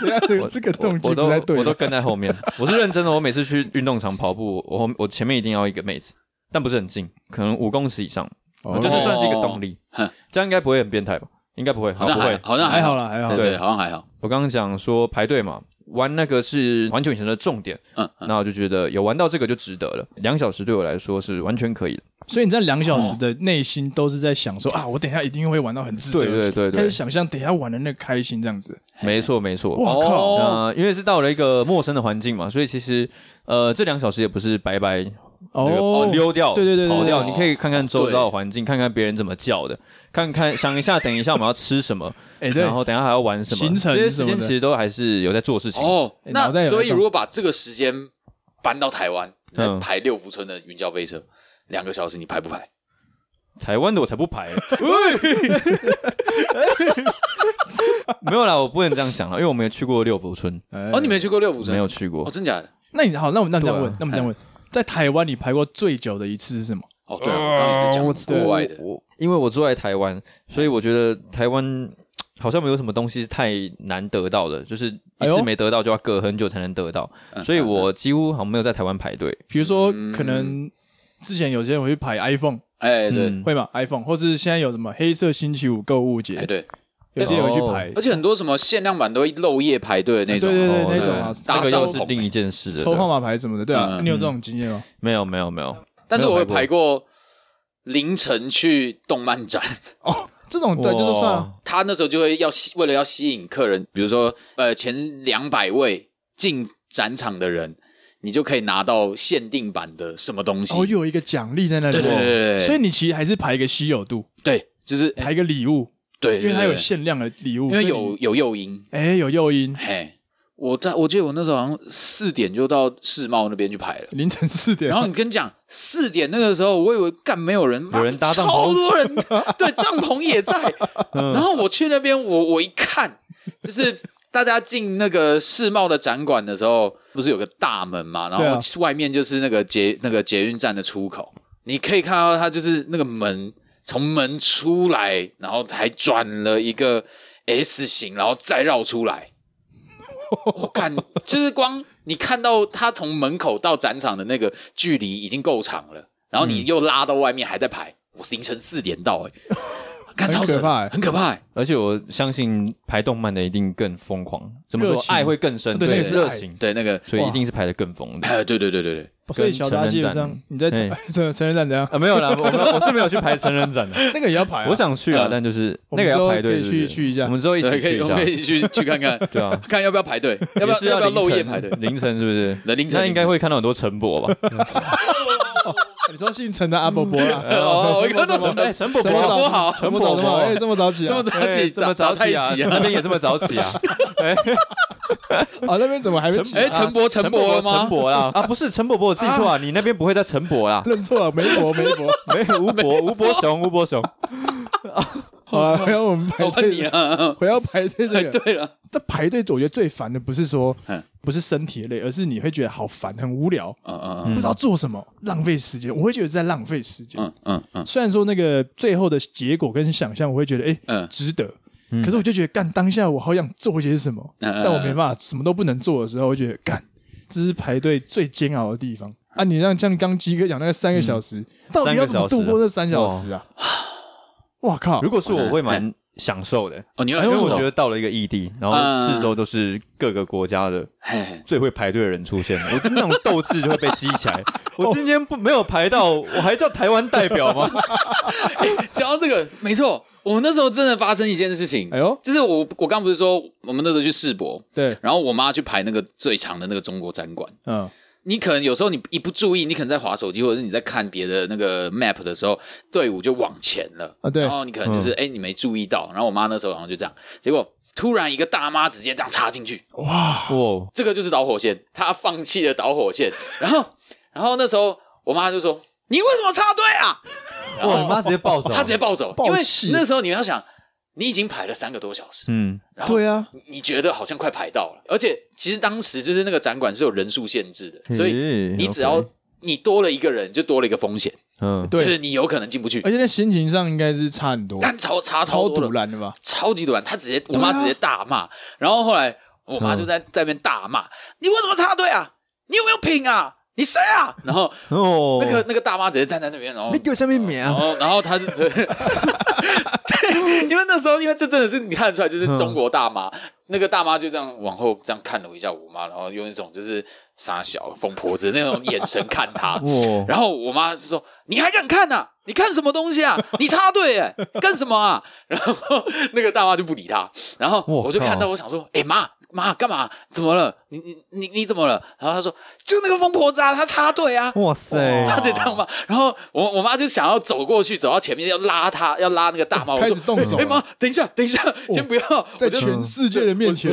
S1: 等一下这
S3: 我
S1: 个这个 *laughs* 动
S3: 我
S1: 机
S3: 我都
S1: 不太对啊
S3: 我都
S1: 吧。
S3: 跟在后面。我是认真的，我每次去运动场跑步，我后我前面一定要一个妹子，但不是很近，可能五公尺以上，
S1: 哦
S3: 就是算是一个动力
S2: 哦哼。
S3: 这样应该不会很变态吧？应该不会，
S2: 好
S3: 好
S2: 像
S3: 不
S2: 还
S3: 会。
S2: 好像
S1: 还好
S2: 好，
S1: 啦，还好
S2: 对。
S3: 对
S2: 对，好像还好。
S3: 我刚刚讲说排队嘛，玩那个是环球影城的重点，
S2: 嗯，嗯
S3: 那我就觉得有玩到这个就值得了。两小时对我来说是完全可以的。
S1: 所以你在两小
S3: 哦
S1: 时的内心都是在想说啊，我等一下一定会玩到很值得。
S3: 对对对对
S1: 开始想象等一下玩的那个开心这样子。
S3: 没错没错。
S1: 哇靠！
S2: 哦，
S3: 那因为是到了一个陌生的环境嘛，所以其实呃这两小时也不是白白
S1: 哦，
S3: 溜掉，
S1: 对对对对
S3: 跑掉，
S2: 对
S3: 你可以看看周遭的环境，看看别人怎么叫的，看看想一下，等一下我们要吃什么，
S1: 哎对
S3: 然，后等一下还要玩什么，
S1: 行程
S3: 这些
S1: 什
S3: 时
S1: 么的
S3: 间其实都还是有在做事情。
S2: 哦，
S1: 哎脑袋有
S2: 那
S1: 在
S2: 所以
S1: 动
S2: 如果把这个时间搬到台湾，那
S3: 嗯
S2: 排六福村的云霄飞车两个小时，你排不排？ *laughs*
S3: 台湾的我才不排， *laughs* 没有啦，我不能这样讲了，因为我没有去过六福村，
S1: 哦
S2: 哦，你没去过六福村？
S3: 没有去过
S2: 哦，。真假的？
S1: 那你好，那我们那我们这样问
S3: 对啊，
S1: 那我们这样问，在台湾你排过最久的一次是什么？
S2: 哦，对啊，我刚刚一直
S3: 我
S2: 讲国外的，
S1: 哦
S3: 我我因为我住在台湾，所以我觉得台湾好像没有什么东西是太难得到的，就是一
S1: 哎呦
S3: 次没得到就要隔很久才能得到，
S2: 嗯
S3: 所以我几乎好像没有在台湾排队。
S1: 比如说
S2: 嗯，
S1: 可能之前有些人会去排 iPhone，
S2: 哎对
S3: 嗯
S1: 会吗？iPhone，或是现在有什么黑色星期五购物
S2: 哎
S1: 节，
S2: 对，
S1: 有些人会去
S3: 哦
S1: 排
S2: 而，且很多什么限量版都会漏夜排队的那
S1: 对
S2: 种，
S1: 对对，
S3: 哦
S1: 那种啊
S2: 对，
S1: 打
S2: 大
S3: 那个
S2: 烧
S3: 又
S1: 扫
S3: 是
S2: 棚
S3: 另一件事了。
S1: 抽
S3: 对
S1: 号码牌什么的，对啊，
S2: 嗯
S1: 你有这种经验吗？
S3: 没有没有没有，
S2: 但是我有
S3: 没有
S2: 排
S3: 排
S2: 过凌晨去动漫展，
S1: 这种对，就是算啊
S3: 哇
S2: 他那时候就会要吸，为了要吸引客人，比如说呃前两百位进展场的人，你就可以拿到限定版的什么东西。
S1: 哦，又有一个奖励在那里，
S2: 对对对对对
S1: 所以你其实还是排一个稀有度，
S2: 对，就是、哎
S1: 排一个礼物，
S2: 对，
S1: 因为它
S2: 对
S1: 有，限量的礼物，
S2: 对对因为
S1: 所以你
S2: 有有诱因，
S1: 哎有诱因，
S2: 嘿。我在我记得我那时候好像四点就到世贸那边去排了，
S1: 凌晨四点，
S2: 然后你跟你讲四点那个时候，我以为干没有人，
S3: 有人搭帐篷嗯
S2: 超多人，对，帐篷也
S3: *laughs*
S2: 在。然后我去那边，我我一看，就是大家进那个世贸的展馆的时候，不是有个大门嘛，然
S1: 对啊
S2: 后外面就是那个捷那个捷运站的出口，你可以看到它就是那个门从门出来，然后还转了一个 S 型，然后再绕出来。我看就是光你看到他从门口到展场的那个距离已经够长了，然后
S3: 嗯
S2: 你又拉到外面还在排，我凌晨四点到、欸，
S3: *laughs*
S2: 哎，看超扯
S1: 很可怕欸
S2: 很可怕、欸，
S3: 而且我相信排动漫的一定更疯狂，怎么
S1: 热
S3: 说
S1: 情
S3: 爱会更深，
S1: 对
S2: 那个是
S3: 热
S1: 爱
S3: 情，
S2: 对那个，
S3: 所以一定是排的更疯
S2: *laughs*
S3: 的。
S2: 哎，对对对对对，
S1: 哦所以
S3: 跟
S1: 小达
S3: 成人
S1: 基本
S3: 展
S1: 上你在
S3: 哎
S1: 成成人展怎样？
S3: 啊，没有啦，我我我是没有去排成人展的，
S1: 那个也要排啊，
S3: *laughs* 我想去啊
S2: 嗯，
S3: 但就是
S1: 我
S3: 那
S1: 们
S3: 个
S1: 之后
S3: 要排
S1: 可
S3: 队，
S1: 以
S3: 对
S1: 去
S3: 对对
S1: 去一下
S3: 我们之后一起
S2: 对，可
S3: 去
S2: 以，
S3: 一
S2: 我
S3: 下 *laughs*
S2: 们可，以去去看看，
S3: 对啊，
S2: 看要不要排队，要不
S3: 也
S2: 要
S3: 是要
S2: 不要
S3: 凌
S2: 漏夜
S3: 晨 *laughs*
S2: 排队？
S3: 凌晨是不是？
S2: 那凌晨
S3: 那应该会看到很多陈伯吧？
S1: 你说姓陈的阿伯伯啦，*laughs*
S2: *laughs* 哦，我看到
S1: 什么
S2: 陈
S3: *laughs* 哎，陈伯
S1: 陈
S3: 伯，
S1: 伯
S2: 伯好，
S1: 这么早的吗？哎，这么早起啊？
S2: 这么早
S3: 哎
S2: 起，
S3: 这么早
S2: 太
S3: 起啊，
S2: 急
S3: *laughs* 那
S2: 啊！
S3: 边也这么早起啊？
S1: 啊？那边怎么还没起？，
S2: 哎，陈伯陈
S3: 陈
S2: 伯了
S3: 伯，
S2: 吗
S3: 陈？伯啦， *laughs* 啊，不是陈伯伯，我记错啊，你那边不会在陈伯啦
S1: 认错了，梅伯梅
S2: *laughs*
S1: 伯。
S3: *laughs* 没有吴伯，吴伯雄，吴伯 *laughs* 雄，
S1: 好了，回到我们排
S2: 我问你
S1: 队，
S2: 啊，
S1: 回到排队
S2: *laughs*
S1: 这个。
S2: 对了，
S1: 这排队，我觉得最烦的不是说
S2: 嗯，
S1: 不是身体的累，而是你会觉得好烦，很无聊，
S2: 嗯嗯
S1: 不
S3: 嗯
S1: 知道做什么，浪费时间。我会觉得是在浪费时间。
S2: 嗯嗯嗯
S1: 虽然说那个最后的结果跟想象，我会觉得哎、
S2: 嗯
S1: 值得。可是我就觉得干当下我好想做些什么，
S2: 嗯嗯
S1: 但我没办法，什么都不能做的时候，我就觉得干，这是排队最煎熬的地方啊！你让像刚鸡哥讲那个三个小
S2: 嗯
S1: 时，到底要怎么度过这三小时啊？
S2: 哦
S1: 哇靠！
S3: 如果是我会蛮享受的，
S2: 哦，你
S3: 因
S2: 要
S3: 哎为我
S2: 走
S3: 觉得到了一个异地，然后四周都是各个国家的
S2: 嘿嘿
S3: 最会排队的人出现了，我那种斗志就会被激起来。 *laughs* 我今天不没有排到，我还叫台湾代表 *laughs* 吗？
S2: 讲到这个，没错，我们那时候真的发生一件事情，
S1: 哎呦，
S2: 就是我我刚不是说我们那时候去世博，
S1: 对，
S2: 然后我妈去排那个最长的那个中国展馆。
S1: 嗯，
S2: 你可能有时候你一不注意，你可能在划手机，或者是你在看别的那个 map 的时候，队伍就往前了
S1: 啊对
S2: 然后你可能就是哎、你没注意到，然后我妈那时候好像就这样，结果突然一个大妈直接这样插进去，
S1: 哇，
S3: 哇，
S2: 这个就是导火线，她放弃了导火线，然后然后那时候我妈就说你为什么插队啊？
S3: 哇，你妈直接暴走，
S2: 她直接暴走，
S1: 暴
S2: 因为
S1: 气
S2: 那时候你要想，你已经排了三个多小时，
S3: 嗯，
S2: 然后
S1: 对啊，
S2: 你觉得好像快排到了，而且其实当时就是那个展馆是有人数限制的，所以
S3: 咦
S2: 你只要
S3: OK
S2: 你多了一个人，就多了一个风险，
S3: 嗯，
S2: 就
S1: 对
S2: 是，你有可能进不去
S1: 而。且那心情上应该是差很多，
S2: 但超差
S1: 超
S2: 多
S1: 堵
S2: 了，
S1: 然的吧？
S2: 超级短，他直接我妈
S1: 对啊
S2: 直接大骂，然后后来我妈就在在那边大骂：“你为什么插队啊？你有没有品啊？你谁啊？”然后
S3: 哦，
S2: 那个那个大妈直接站在那边，然后
S3: 你给我下面免
S2: 然
S3: 啊，，
S2: 后，然后他就，对，因为那时候，因为这真的是你看得出来，就是中国大妈，那个大妈就这样往后这样看了我一下我妈，然后用一种就是傻小疯婆子那种眼神看她
S3: 哇，
S2: 然后我妈是说：“你还敢看呐、啊？你看什么东西啊？你插队哎、干什么啊？”然后那个大妈就不理她，然后
S3: 我
S2: 我就看
S3: 靠
S2: 到，我想说：“哎、妈妈，干嘛？怎么了？你你你你怎么了？”然后她说：“就那个疯婆子啊，她插队啊。”
S3: 哇塞，
S2: 他直接这样骂，然后我我妈就想要走过去，走到前面要拉他，要拉那个大妈，我
S1: 开
S2: 说
S1: 始动手
S2: 哎、妈，等一下，等一下，先不要，
S1: 在
S2: 我就
S1: 全世界的面前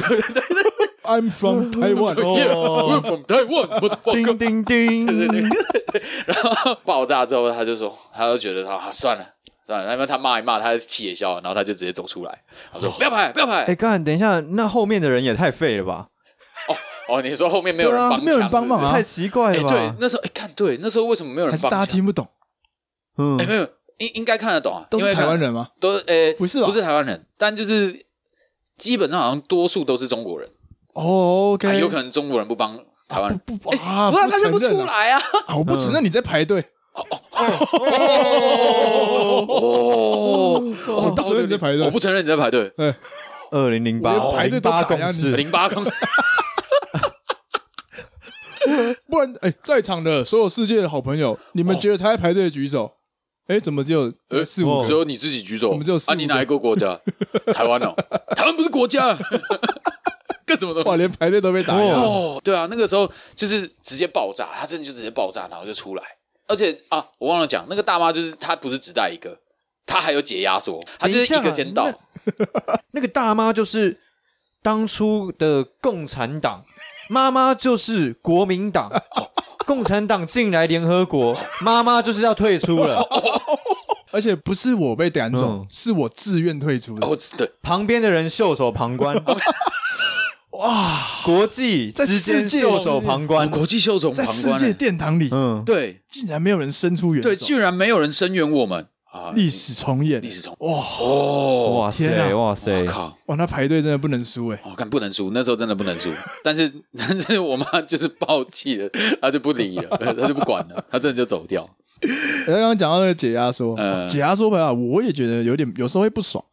S1: ，I'm from Taiwan，
S2: Yeah, we're
S3: 哦
S2: from Taiwan, motherfucker
S3: 叮叮叮，
S2: 然后爆炸之后，他就说，他就觉得啊，算了，算了，因为他骂一骂，他气也消了，然后他就直接走出来，他说：“不要拍，不要拍。
S3: *laughs* 哎，干，等一下，那后面的人也太废了吧，
S2: 哦，你说后面没有人
S1: 对
S2: 帮腔
S1: 啊，没有人帮忙啊
S3: 太奇怪
S2: 哎、
S3: 了吧？
S2: 对，那时候哎，看对，那时候为什么没有
S1: 还
S2: 人
S1: 是
S2: 帮
S1: 大家
S2: 腔？
S1: 听不懂？
S3: 嗯
S2: 哎、，没有，应应该看得懂啊，
S1: 都
S2: 因
S1: 是
S2: 为看
S1: 台湾，人吗？
S2: 都哎、
S1: 不是吧
S2: 不是台湾人，但就是基本上好像多数都是中国人，
S1: 哦
S2: 啊、
S1: ，OK，
S2: 有可能中国人不帮台湾人，
S1: 不不啊，
S2: 不然他认
S1: 承
S2: 不
S1: 认
S2: 出
S1: 啊
S2: 来啊。
S1: 啊！我不承认你在排队，
S2: 哦，
S1: 我不承认你在排队
S2: 我不承认你在排队，
S3: 二零零八
S1: 我排队都
S3: 八
S1: 打
S3: 公
S1: 压你
S3: 式，
S2: 零八公，
S1: 不然哎，在场的所有世界的好朋友，你们
S2: 哦
S1: 觉得他在排队的举手？哎，怎么只有
S2: 呃
S1: 四五
S3: 哦
S2: 只
S1: 个？
S2: 有你自己举手，
S1: 怎么只有四
S2: 啊？
S1: 五
S2: 你
S1: 个
S2: 哪一个国家？台湾哦，台湾不是国家，干什么
S1: 哇，
S2: 东西
S1: 连？排队都被打压
S3: 哦，
S2: 哦，对啊，那个时候就是直接爆炸，他真的就直接爆炸，然后就出来。而且啊，我忘了讲，那个大妈就是她不是只带一个，她还有解压缩，她就
S3: 等一
S2: 是
S3: 下
S2: 一个先到。
S3: 那个大妈就是当初的共产党， *laughs* 妈妈就是国民党， *laughs* 共产党进来联合国，妈妈就是要退出 *laughs* 了，
S1: 而且不是我被赶走
S3: 嗯，
S1: 是我自愿退出的。
S2: 哦，对，
S3: 旁边的人袖手旁 *laughs* 观，哇，国际
S1: 在
S3: 之
S1: 世
S3: 间
S1: 界
S3: 袖手旁观，
S2: 国际秀从
S1: 在
S2: 旁
S1: 世
S2: 观
S1: 界
S2: 欸，
S1: 殿堂里，
S3: 嗯，
S2: 对
S1: 竟然没有人伸出援
S2: 对，
S1: 手，
S2: 竟然没有人声援我们啊！
S1: 历史重演
S2: 历。史中，
S1: 哇
S2: 哦，
S3: 嗯哇
S1: 天
S3: 塞，
S1: 啊
S3: 哇塞
S2: 我，靠！
S1: 哇，那排队真的不能输哎！
S2: 我看不能输，那时候真的不能输。 *laughs* 但是，但是我妈就是暴气了，她就不理了， *laughs* 她就不管了，她真的就走掉。
S1: 刚刚讲到那个解压缩，
S2: 嗯
S1: 解压缩排啊，我也觉得有点，有时候会不爽。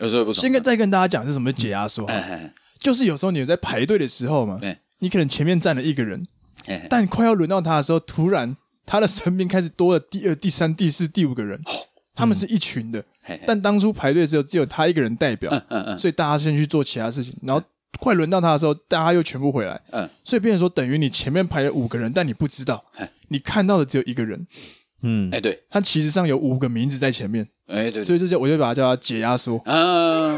S2: 有时候也不爽。啊
S1: 先跟再跟大家讲是什么解压缩好了，
S2: 哎，
S1: 就是有时候你在排队的时候嘛
S2: 对，
S1: 你可能前面站了一个人，
S2: 嘿嘿
S1: 但快要轮到他的时候，突然他的身边开始多了第二、第三、第四、第五个人，他们是一群的，
S2: 哦嗯嘿嘿
S1: 但当初排队的时候只有他一个人代表，
S2: 嗯嗯
S1: 所以大家先去做其他事情，然后快轮到他的时候，大家又全部回来，
S2: 嗯
S1: 所以变成说等于你前面排了五个人，但你不知道
S2: 哎，
S1: 你看到的只有一个人，
S3: 嗯，
S2: 哎，对，
S1: 他其实上有五个名字在前面，
S2: 哎对，。
S1: 所以这就我就把它叫他解压缩 *laughs*
S2: 啊，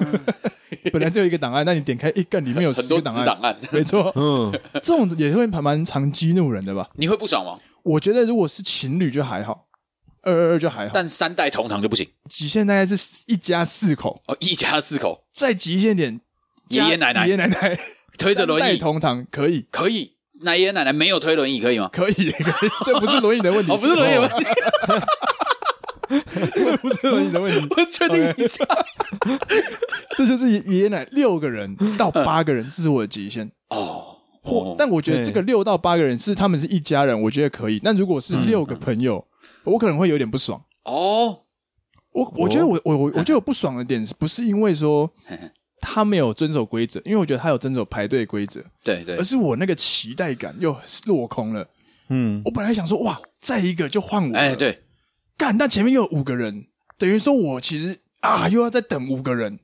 S1: 本来只有一个档案，那你点开一干里面有
S2: 很
S1: 十
S2: 多
S1: 个
S2: 子
S1: 档
S2: 档
S1: 案，
S2: 案，
S1: 没错，
S3: 嗯，
S1: 这种也会蛮蛮常激怒人的吧？
S2: 你会不爽吗？
S1: 我觉得如果是情侣就还好，二二二就还好，
S2: 但三代同堂就不行
S1: 极限大概是一家四口，
S2: 哦，一家四口
S1: 再极限点，
S2: 爷
S1: 家
S2: 爷奶奶
S1: 爷爷奶奶
S2: *laughs* 推着轮
S1: 三代
S2: 椅
S1: 同堂可以。
S2: 可以，奶爷奶奶没有推轮椅可以吗？
S1: 可以，可以，这不是轮椅的问题，
S2: 哦，不是轮椅问题，
S1: 这不是轮椅的问题，
S2: 我确定一下。
S1: 这就是爷爷奶六个人到八个人，这是我的极限。
S2: 哦，
S1: 或
S2: 哦，
S1: 但我觉得
S3: 对
S1: 这个六到八个人是他们是一家人，我觉得可以。但如果
S2: 嗯
S1: 是六个朋友，我可能会有点不爽。
S2: 哦，
S1: 我我觉得我我我我觉得我不爽的点是不是因为说
S2: 嘿嘿
S1: 他没有遵守规则，因为我觉得他有遵守排队规则，
S2: 对对
S1: 而，是我那个期待感又落空了。
S3: 嗯，
S1: 我本来想说哇，再一个就换我了，
S2: 哎对，
S1: 干，但前面又有五个人，等于说我其实啊又要再等五个人，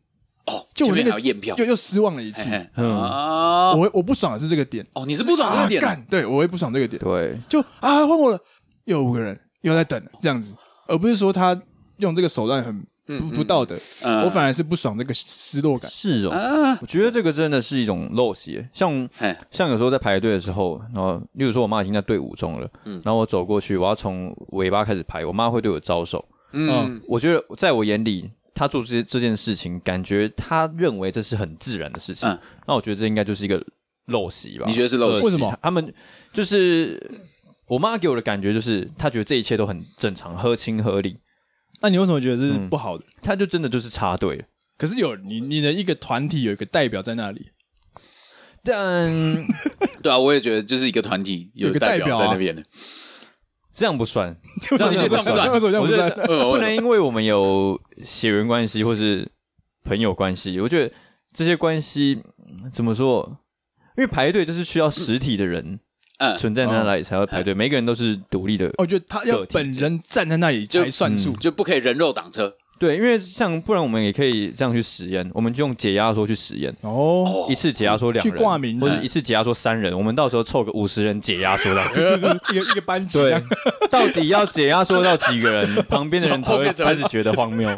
S2: 哦，
S1: 就
S2: 前
S1: 我那
S2: 面
S1: 个
S2: 还要验票
S1: 又，又失望了一次
S2: 嘿。嘿
S3: 嗯
S2: 啊，
S1: 我我不爽的是这个点，
S2: 哦，你是不爽这
S1: 啊
S2: 个点啊，
S1: 干，对我会不爽这个点，
S3: 对，
S1: 就啊换我了，又有五个人又在等了这样子，而不是说他用这个手段很不不道德，
S2: 嗯
S1: 我反而是不爽这个失落感。
S3: 是哦，
S2: 啊，
S3: 我觉得这个真的是一种陋习，像
S2: 嘿
S3: 像有时候在排队的时候，然后例如说我妈已经在队伍中了，
S2: 嗯
S3: 然后我走过去，我要从尾巴开始排，我妈会对我招手。
S1: 哦
S2: 嗯，
S3: 我觉得在我眼里，她做这这件事情，感觉她认为这是很自然的事情。
S2: 嗯
S3: 那我觉得这应该就是一个陋习吧？
S2: 你觉得是陋习
S3: 恶
S1: 为什么？
S3: 他们就是我妈给我的感觉就是，她觉得这一切都很正常，合情合理。
S1: 那你为什么觉得这是不好的？
S3: 她就真的就是插队了，
S1: 可是有你你的一个团体有一个代 *laughs* 表在那里，
S3: 但
S2: 对啊，我也觉得就是一个团体有
S1: 有个代
S2: 代表
S1: 表啊
S2: 在那边的，
S3: 这样不算，
S1: 这
S2: 样
S1: 就
S2: 这样不算
S1: 为什么这样
S3: 我
S1: 不
S3: 觉
S1: 算
S3: 得？
S2: 呃
S3: 不能因为我们有血缘关系或是朋友关系，我觉得这些关系嗯怎么说？因为排队就是需要实体的人
S2: 嗯，
S3: 存在那里才要排队，每个人都是独立的。
S1: 我觉得他要本人站在那里才算数。
S2: 就不可以人肉挡车
S3: 对，因为像不然我们也可以这样去实验，我们就用解压缩去实验，
S1: 哦，
S2: 哦
S3: 一，次解压缩两人，
S1: 去挂名
S3: 或者一次解压缩三人，我们到时候凑个五十人解压缩 *laughs* 到。
S1: 一个 *laughs* 一个班级这
S3: 对
S1: 样，
S3: *laughs* 到底要解压缩到几个人，旁边的人才
S2: 旁
S3: 会
S2: 边才会
S3: 开始觉得荒谬。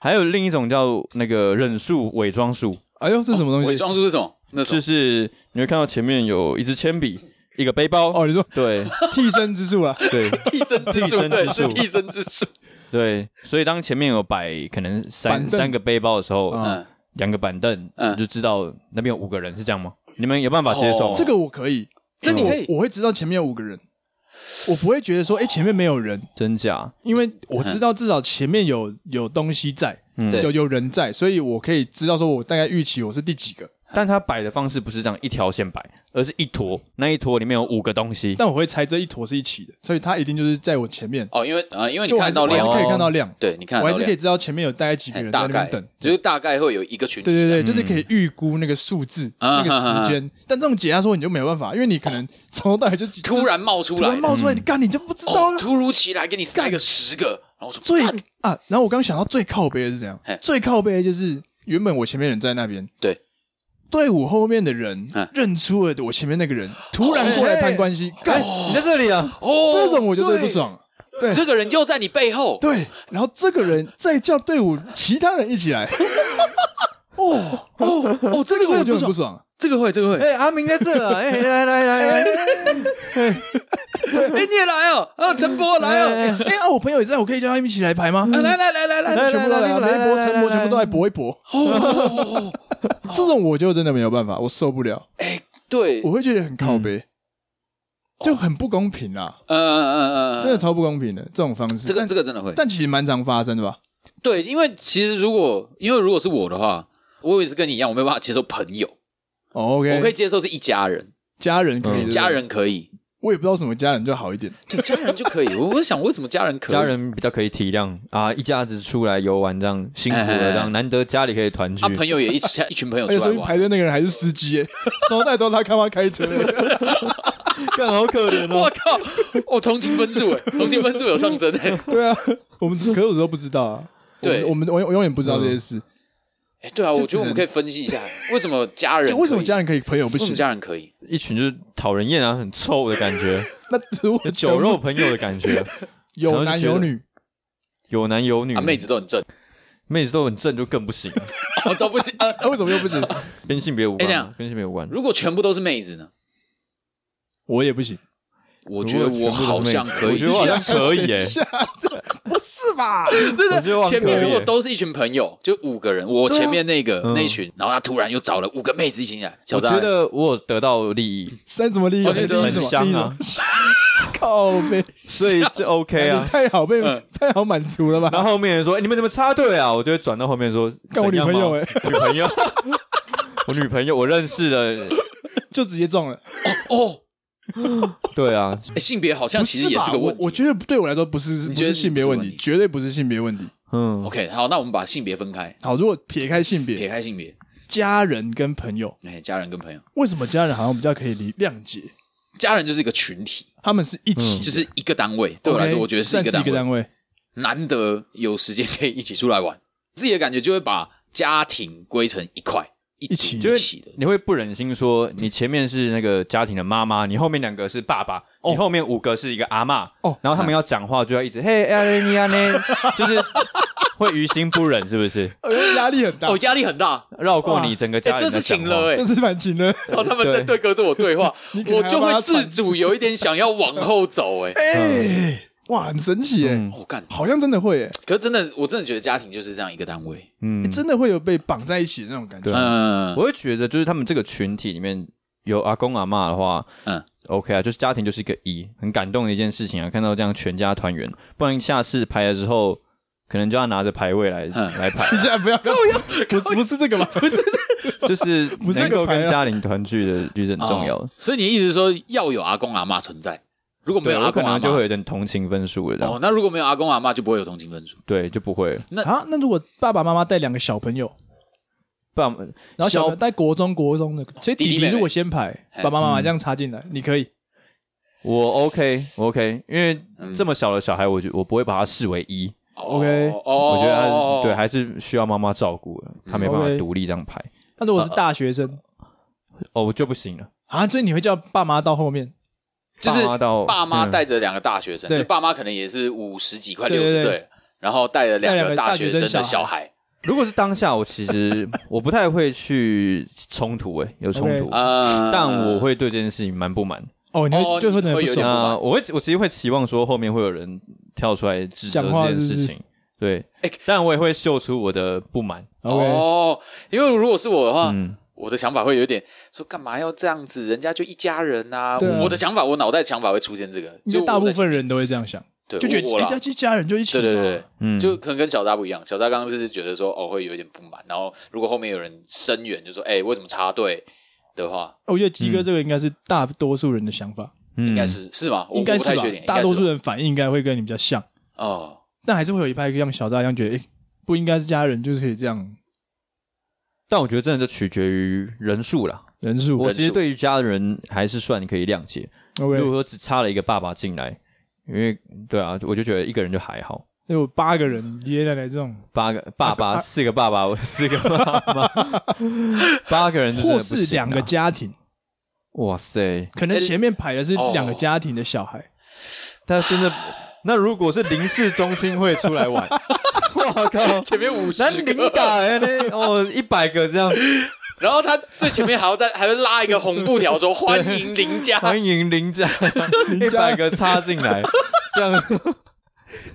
S3: 还有另一种叫那个忍术伪装术，
S1: 哎呦，这什么东
S2: 伪
S1: 西？
S2: 装术是什么？那种
S3: 就是你会看到前面有一支铅笔，一个背包，
S1: 哦，你说
S3: 对
S1: 替身之术啊？
S3: 对
S2: 替身之术，
S3: 替身之
S2: 对，是
S3: 术
S2: 替身之术。
S3: 对，所以当前面有摆可能
S1: 板
S3: 三
S1: 凳
S3: 三个背包的时候，
S1: 嗯
S2: 嗯，
S3: 两个板凳，
S2: 嗯
S3: 你就知道那边有五个人，是这样吗？你们有办法接受吗？
S2: 哦
S1: 这个我可以，
S2: 这你
S1: 因为
S2: 可以
S1: 我我会知道前面有五个人，我不会觉得说，哎，前面没有人，
S3: 真假？
S1: 因为我知道至少前面有有东西在，
S2: 嗯
S3: 嗯
S2: 对
S1: 有有人在，所以我可以知道说我大概预期我是第几个，
S3: 但它摆的方式不是这样一条线摆，而是一坨，那一坨里面有五个东西。
S1: 但我会猜这一坨是一起的，所以他一定就是在我前面，
S2: 哦，因为啊，因为
S1: 就
S2: 你
S1: 我还
S2: 看
S1: 是
S2: 到
S1: 我还是
S2: 量，
S1: 可以看到量，
S2: 对，你看
S1: 我
S2: 到
S1: 还是可以
S2: 量，
S1: 知道前面有大概几个
S2: 哎
S1: 人在
S2: 大
S1: 那边
S2: 概
S1: 等，
S2: 就是嗯大概会有一个群体。
S1: 对对对，就是可以预估那个数字、那
S2: 啊
S1: 个时间，但这种解压缩你就没有办法，因为你可能从头到尾就
S2: 突然冒出
S1: 突
S2: 来嗯
S1: 然，冒出来，你干你就不知道啊
S2: 哦，
S1: 了。
S2: 突如其来给你塞个十个，然后我说
S1: 最
S2: 干
S1: 啊，然后我刚想到最靠背的是怎样
S2: 嘿？
S1: 最靠背的就是原本我前面人在那边，
S2: 对，
S1: 队伍后面的人
S2: 嗯
S1: 认出了我前面那个人，突然过来攀关系，干
S3: 哎你在这里啊？
S2: 哦，
S1: 这种我就最不爽。对
S2: *laughs* 对，这个人又在你背后，
S1: 对，然后这个人再叫队伍其他人一起来，哦，
S2: 哦
S1: *laughs*
S2: 哦，这
S1: 这
S2: 个
S1: 个
S2: 会
S1: 我就很
S2: 不
S1: 不
S2: 爽，
S1: 爽。
S2: 这个会，这个会，
S3: *laughs* 哎，阿明在这
S2: *laughs*
S3: 啊！哎，来来来来，
S2: 哎，你也来哦，哦，陈波来哦，
S1: 哎啊，我朋友也在，我可以叫他们一起来排吗？
S2: 啊来来来来来，
S3: 来
S1: 全部都来啊，
S3: 来来
S1: 雷
S3: 来
S1: 博、
S3: 来
S1: 陈
S3: 来
S1: 博
S3: 来
S1: 全部都来搏一搏。 *laughs*
S2: 哦，
S1: 这种我就真的没有办法，我受不了，
S2: 哎，嗯对，
S1: 我会觉得很靠背，就很不公平啦，
S2: 嗯嗯嗯嗯，
S1: 真的超不公平的这种方式。
S2: 这个
S1: 但
S2: 这个真的会，
S1: 但其实蛮常发生的吧？
S2: 对，因为其实如果因为如果是我的话，我也是跟你一样，我没有办法接受朋友，
S1: 哦
S2: 我可以
S1: ，OK，
S2: 接受是一家人，
S1: 家人可以，对不对
S2: 家，人可以，
S1: 我也不知道什么家人就好一点。
S2: 对，家人就可以。我我想为什么家人可以？
S3: 家人比较可以体谅啊，一家子出来游玩这样辛苦了，这样难得家里可以团聚
S2: 啊，。朋友也一起一群朋友
S1: 而且
S2: 出
S1: 说
S2: 来
S1: 明哎排
S2: 玩，
S1: 队那个人还是司机耶， *laughs* 从头到尾都是他看他开
S2: *laughs*
S1: 车。
S3: 干好可怜
S2: 我！靠，哦，同情分数哎，同情分数有上升哎，
S1: 对啊， *laughs* 我们可是我都不知道啊。
S2: 对
S1: 我们我们我永远不
S3: 嗯
S1: 知道这些事。
S2: 哎对啊，
S1: 就
S2: 我觉
S1: 只
S2: 得我们
S1: 能
S2: 可以分析一下为什么家人
S1: 就为什么
S2: 可以
S1: 家人可以，朋友不
S2: 为什
S1: 行
S2: 么？家人可以？
S3: 一群就是讨人厌啊，很臭的感 *laughs* 觉，
S1: 那如果
S3: 酒肉朋友的感 *laughs* 觉，
S1: 有男有女，
S3: 有男有女
S1: 嗯
S2: 啊，，妹子都
S1: *laughs*
S2: 很正，
S3: 妹子都很正就更不 *laughs* 行了，
S2: 哦，都不行。呃，
S1: 那为什么又
S3: *laughs*
S1: 不行？
S3: 跟性别无
S2: 哎这
S3: 关
S2: 样，
S3: 跟性别无关。
S2: 如果全部都是妹子呢？
S1: 我也不行。
S2: 我觉得我好像可以啊
S3: 我觉得我好像可以哎， *laughs*
S1: 不是吧？
S2: 真
S3: 我觉得我
S2: 的，
S3: 很
S2: 前面
S3: 可以
S2: 如果都是一群朋友，就五个人，我
S1: 对啊
S2: 前面那个
S3: 嗯
S2: 那一群，然后他突然又找了五个妹子一起来，小
S3: 我
S2: 张
S3: 觉得我有得到利益，
S1: *laughs* 三什么利益？
S2: 我觉得
S1: 利益什么
S3: 很香啊！
S1: 利益什么 *laughs* 靠背，
S3: 所以这 OK
S1: 你 *laughs*
S3: 啊。
S1: 太好被
S2: 嗯
S1: 太好满足了
S3: 然
S1: 吧？
S3: 后后面人说、哎你们怎么插队啊？我就会转到后面说：“
S1: 干我
S3: 怎样吗
S1: 女朋友哎
S3: 女
S1: *laughs*
S3: 朋友，我女朋友，我认识的。
S1: 就直接中了。
S2: 哦，”
S3: 对啊，
S2: 哎性别好像 *laughs* 其实也
S1: 不
S2: 是
S1: 吧
S2: 个问题。
S1: 我我觉得对我来说不是
S2: 你
S1: 不
S2: 觉得
S1: 是性别问
S2: 不是
S1: 题，
S2: 问题
S1: 绝对不是性别问题。
S3: 嗯，
S2: OK，好，那我们把性别分开，
S1: 好，如果撇开性
S2: 撇
S1: 别，
S2: 开性别，
S1: 家人跟朋友，
S2: 哎，家人跟朋友，
S1: 为什么家人好像比较可以理谅解？
S2: 家人就是一个群体，
S1: 他们是一起，
S2: 就是一个单嗯位。对我来说，
S1: 嗯 OK，
S2: 我觉得是一
S1: 算
S2: 个
S1: 是
S2: 单
S1: 一个
S2: 位
S1: 单，位。
S2: 难得有时间可以一起出来玩，自己的感觉就会把家庭归成一块，一
S1: 一起
S2: 组
S3: 就
S2: 一
S3: 会
S2: 起的。
S3: 你会不忍心说，你前面是那个家庭的妈妈，你后面两个是爸爸，你后面五个是一个阿嬷。
S1: 哦
S3: 然后他们要讲话就要一直嘿阿雷尼亚呢，就是会于心不忍，是不是？
S1: 呃压力很大
S2: 哦，，压力很大，
S3: 绕过你整个
S2: 哎、
S3: 家
S2: 这
S3: 人
S2: 是
S3: 的讲
S2: 情
S3: 话
S2: 了哎、
S1: 这是蛮情的。
S2: 然后他们在对歌跟我对
S1: *laughs*
S2: 话，
S1: 可能
S2: 我
S1: 还
S2: 就
S1: 要帮
S2: 会
S1: 他
S2: 自
S1: 传
S2: 主有一点想要往后走、哎、 *laughs*
S1: 哎，哇，很神奇哎，
S3: 嗯
S2: 我、干，
S1: 好像真的会哎，
S2: 可是真的，我真的觉得家庭就是这样一个单位，
S3: 嗯
S1: 欸，真的会有被绑在一起的那种感觉
S3: 对。
S2: 嗯，
S3: 我会觉得就是他们这个群体里面有阿公阿嬷的话，
S2: 嗯
S3: 嗯，OK 啊，就是家庭就是一个一，很感动的一件事情啊，看到这样全家团圆，不然下次排了之后，可能就要拿着牌位来、
S2: 嗯
S3: 来
S2: *laughs*
S3: 排，
S1: 你现在不要，不是不是这个吧？不是
S3: 就是
S1: 是
S3: 能够
S1: 个牌啊
S3: 跟家庭团聚的，就是很重要的。
S2: 哦所以你一直说要有阿公阿妈存在，如果没
S3: 对，
S2: 有
S3: 我
S2: 阿
S3: 可
S2: 公阿
S3: 能就会
S2: 妈，
S3: 有点同情分数了，这样、
S2: 哦，那如果没有阿公阿妈，就不会有同情分数。
S3: 对就不会了
S1: 啊，那如果爸爸妈妈带两个小朋友，
S3: 不然
S1: 然后小朋友
S3: 小
S1: 带国中国中的，所以
S2: 哦弟弟
S1: 弟弟
S2: 妹妹
S1: 如果先排，
S2: 嘿
S1: 爸爸妈
S3: 嗯
S1: 妈这样插进来，你可以
S3: 我 OK 我 OK，因为
S2: 嗯
S3: 这么小的小孩，我觉我不会把他视为一，
S1: OK
S2: 哦，
S3: 我觉得他
S2: 哦
S3: 是对还是需要妈妈照顾的，他没办法
S1: OK
S3: 独立这样排，
S1: 那如果是
S2: 呃
S1: 大学生
S3: 哦我就不行了。
S1: 啊，所以你会叫爸妈到后面，
S2: 就是
S3: 爸妈到
S2: 爸妈
S3: 嗯
S2: 带着两个大学生，
S1: 对
S2: 就爸妈可能也是五十几快
S1: 对
S2: 六
S1: 对
S2: 十
S1: 对
S2: 岁了，然后带着两
S1: 带两
S2: 个
S1: 个
S2: 大
S1: 大
S2: 学
S1: 学
S2: 生
S1: 生
S2: 的
S1: 小
S2: 小
S1: 孩
S2: 孩
S3: 如果是当下，我
S2: *laughs*
S3: 其实我不太会去冲突、欸，有冲突
S1: OK
S2: 啊，
S3: 但我会对这件事情蛮不满。呃
S1: 哦，你
S2: 哦
S1: 会就
S2: 你
S1: 会很
S2: 会
S1: 不
S2: 有点
S1: 爽啊。
S2: 不满
S3: 那我会我其实会期望说后面会有人跳出来指责
S1: 讲话
S3: 这件
S1: 是不
S3: 事
S1: 是
S3: 情，对
S2: 哎，
S3: 但我也会秀出我的不满，
S1: OK，
S2: 哦，因为如果是我的话，
S3: 嗯，
S2: 我的想法会有点说干嘛要这样子，人家就一家人呐、
S1: 对啊
S2: 我的想法，我脑袋想法会出现这个，
S1: 因
S2: 就
S1: 为大部
S2: 我在
S1: 分人都会这样想，
S2: 对
S1: 就觉
S2: 我我
S1: 得
S2: 啦
S1: 哎，这一家人就一起
S2: 对
S1: 嘛，哦
S2: 对对，
S3: 嗯
S2: 就可能跟小扎不一样。小扎刚刚是觉得说哦会有点不满，然后如果后面有人声援，就说哎、为什么插队的话，
S1: 我觉得鸡哥
S3: 嗯
S1: 这个应该是大多数人的想法，
S2: 应
S3: 应
S2: 该是、是吗？我
S1: 应该
S2: 我
S1: 是
S2: 不
S1: 吧
S2: 太确定，
S1: 大多数
S2: 应该是吧
S1: 人反应应该会跟你比较像，
S2: 哦。
S1: 但还是会有一派像小扎一样觉得，哎，不应该是家人，就是可以这样
S3: 但我觉得真的就取决于人数啦。
S1: 人数。
S3: 我其
S2: 人
S3: 实
S2: 数
S3: 对于家人还是算可以谅解，如果
S1: OK，
S3: 说只插了一个爸爸进来，因为对啊，我就觉得一个人就还好。
S1: 因为我八个人爷爷奶奶这种，
S3: 八个爸爸，四个爸爸，我四个妈妈，八个人就真
S1: 或
S3: 的不行啊
S1: 是两个，家庭，
S3: 哇塞！
S1: 可能前面排的是
S2: 哦
S1: 两个家庭的小孩，
S3: 但真的，那如果是林氏中心会出来玩， *laughs* 我
S1: *laughs*
S3: 靠，
S2: 前面五
S3: 那
S2: 十
S3: 领
S2: 个，
S3: 导哎，那哦一百个这样，
S2: 然后他最前面还要再还会拉一个红布条说欢迎邻家，
S3: 欢迎林家，一百个插进来，这
S1: *laughs*
S3: 样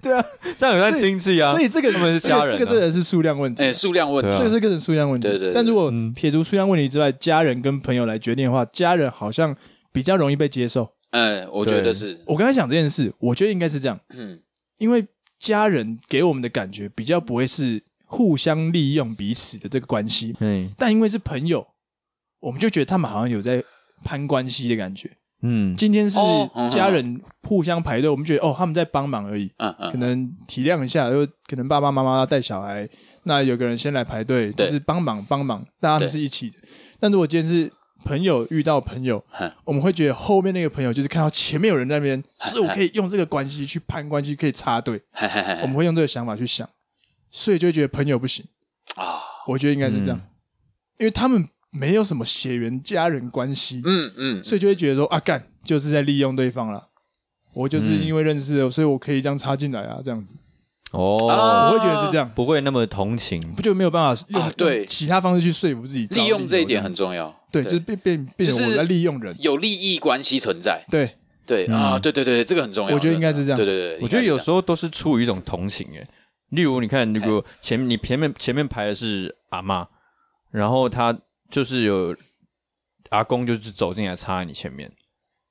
S1: 对啊，
S3: 这样也算亲戚啊。
S1: 所以这个
S3: 他们是
S1: 这个
S3: 家人啊
S1: 这个真的是数量问题
S2: 哎、，数量问题，
S3: 对啊
S1: 这个是个人数量问题。
S2: 对对对
S1: 但如果
S3: 嗯
S1: 撇除数量问题之外，家人跟朋友来决定的话，家人好像比较容易被接受。
S2: 嗯，我觉得
S3: 对
S2: 是，
S1: 我刚才讲这件事，我觉得应该是这样，
S2: 嗯，
S1: 因为家人给我们的感觉比较不会是互相利用彼此的这个关系，
S3: 嗯
S1: 但因为是朋友，我们就觉得他们好像有在攀关系的感觉。
S3: 嗯，
S1: 今天是
S2: 哦嗯
S1: 家人互相排队，我们觉得哦，他们在帮忙而已。
S2: 嗯嗯，
S1: 可能体谅一下，就可能爸爸妈妈带小孩，那有个人先来排队，
S2: 对
S1: 就是帮忙帮忙，大家
S2: 对
S1: 们是一起的。但如果今天是朋友遇到朋友
S2: 哼，
S1: 我们会觉得后面那个朋友就是看到前面有人在那
S2: 嗯
S1: 边，是我可以用这个关系去攀关系，可以插队，
S2: 嘿嘿嘿嘿
S1: 我们会用这个想法去想，所以就会觉得朋友不行。
S2: 啊，
S1: 我觉得应该是这
S2: 嗯
S1: 样，因为他们没有什么血缘家人关系，
S2: 嗯嗯，
S1: 所以就会觉得说啊，干就是在利用对方了。我就是
S2: 嗯
S1: 因为认识了，所以我可以这样插进来啊，这样子，
S3: 哦，
S2: 啊
S1: 我会觉得是这样。
S3: 不会那么同情
S1: 不就没有办法用、
S2: 啊对
S1: 用其他方式去说服自己找理由，
S2: 嗯利用这一点很重要，
S1: 对，就是变变变
S2: 就
S1: 成
S2: 是
S1: 我在利用人，
S2: 有利益关系存在，
S1: 对，
S2: 对啊，
S3: 嗯
S2: 对对对，这个很重要，
S1: 我觉得应该是这样
S2: 对对对，
S3: 我觉得有时
S2: 候
S3: 候都是出于一种同情诶。例如，你看，如果前你前面前面排的是阿嬷，然后他就是有阿公，就是走进来插在你前面，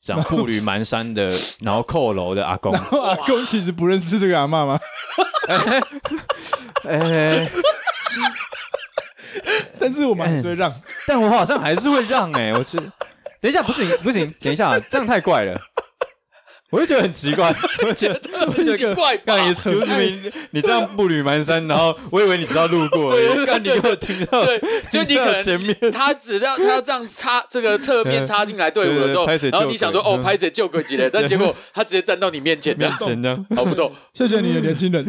S3: 这样步履蹒跚的，然后扣楼的阿公，
S1: 阿公其实不认识这个阿嬷吗？
S3: 哎、
S1: 但是我们还是会让，
S3: 但我好像还是会让哎、我觉得，等一下不行不行，等一下这样太怪了，我就觉得很奇怪，我就觉得
S2: 这奇怪吧
S3: 干，excuse me，你这样步履蹒跚，然后我以为你只要路过而已，干你给我停到，
S2: 对， *laughs* 就你
S3: 停到
S2: 可能
S3: *laughs* 前面，嗯
S2: 他只要他要这样插这个侧面插进来队伍的时候，
S3: 对对对拍谁
S2: 然后
S3: 救
S2: 你想
S3: 鬼
S2: 说哦
S3: 嗯
S2: 拍谁救个几嘞，但结
S3: *laughs*
S2: 果他直接站到你面前的
S3: 面，前这样，
S2: 搞不
S3: *laughs*
S2: 懂，
S1: 谢谢你的年轻人，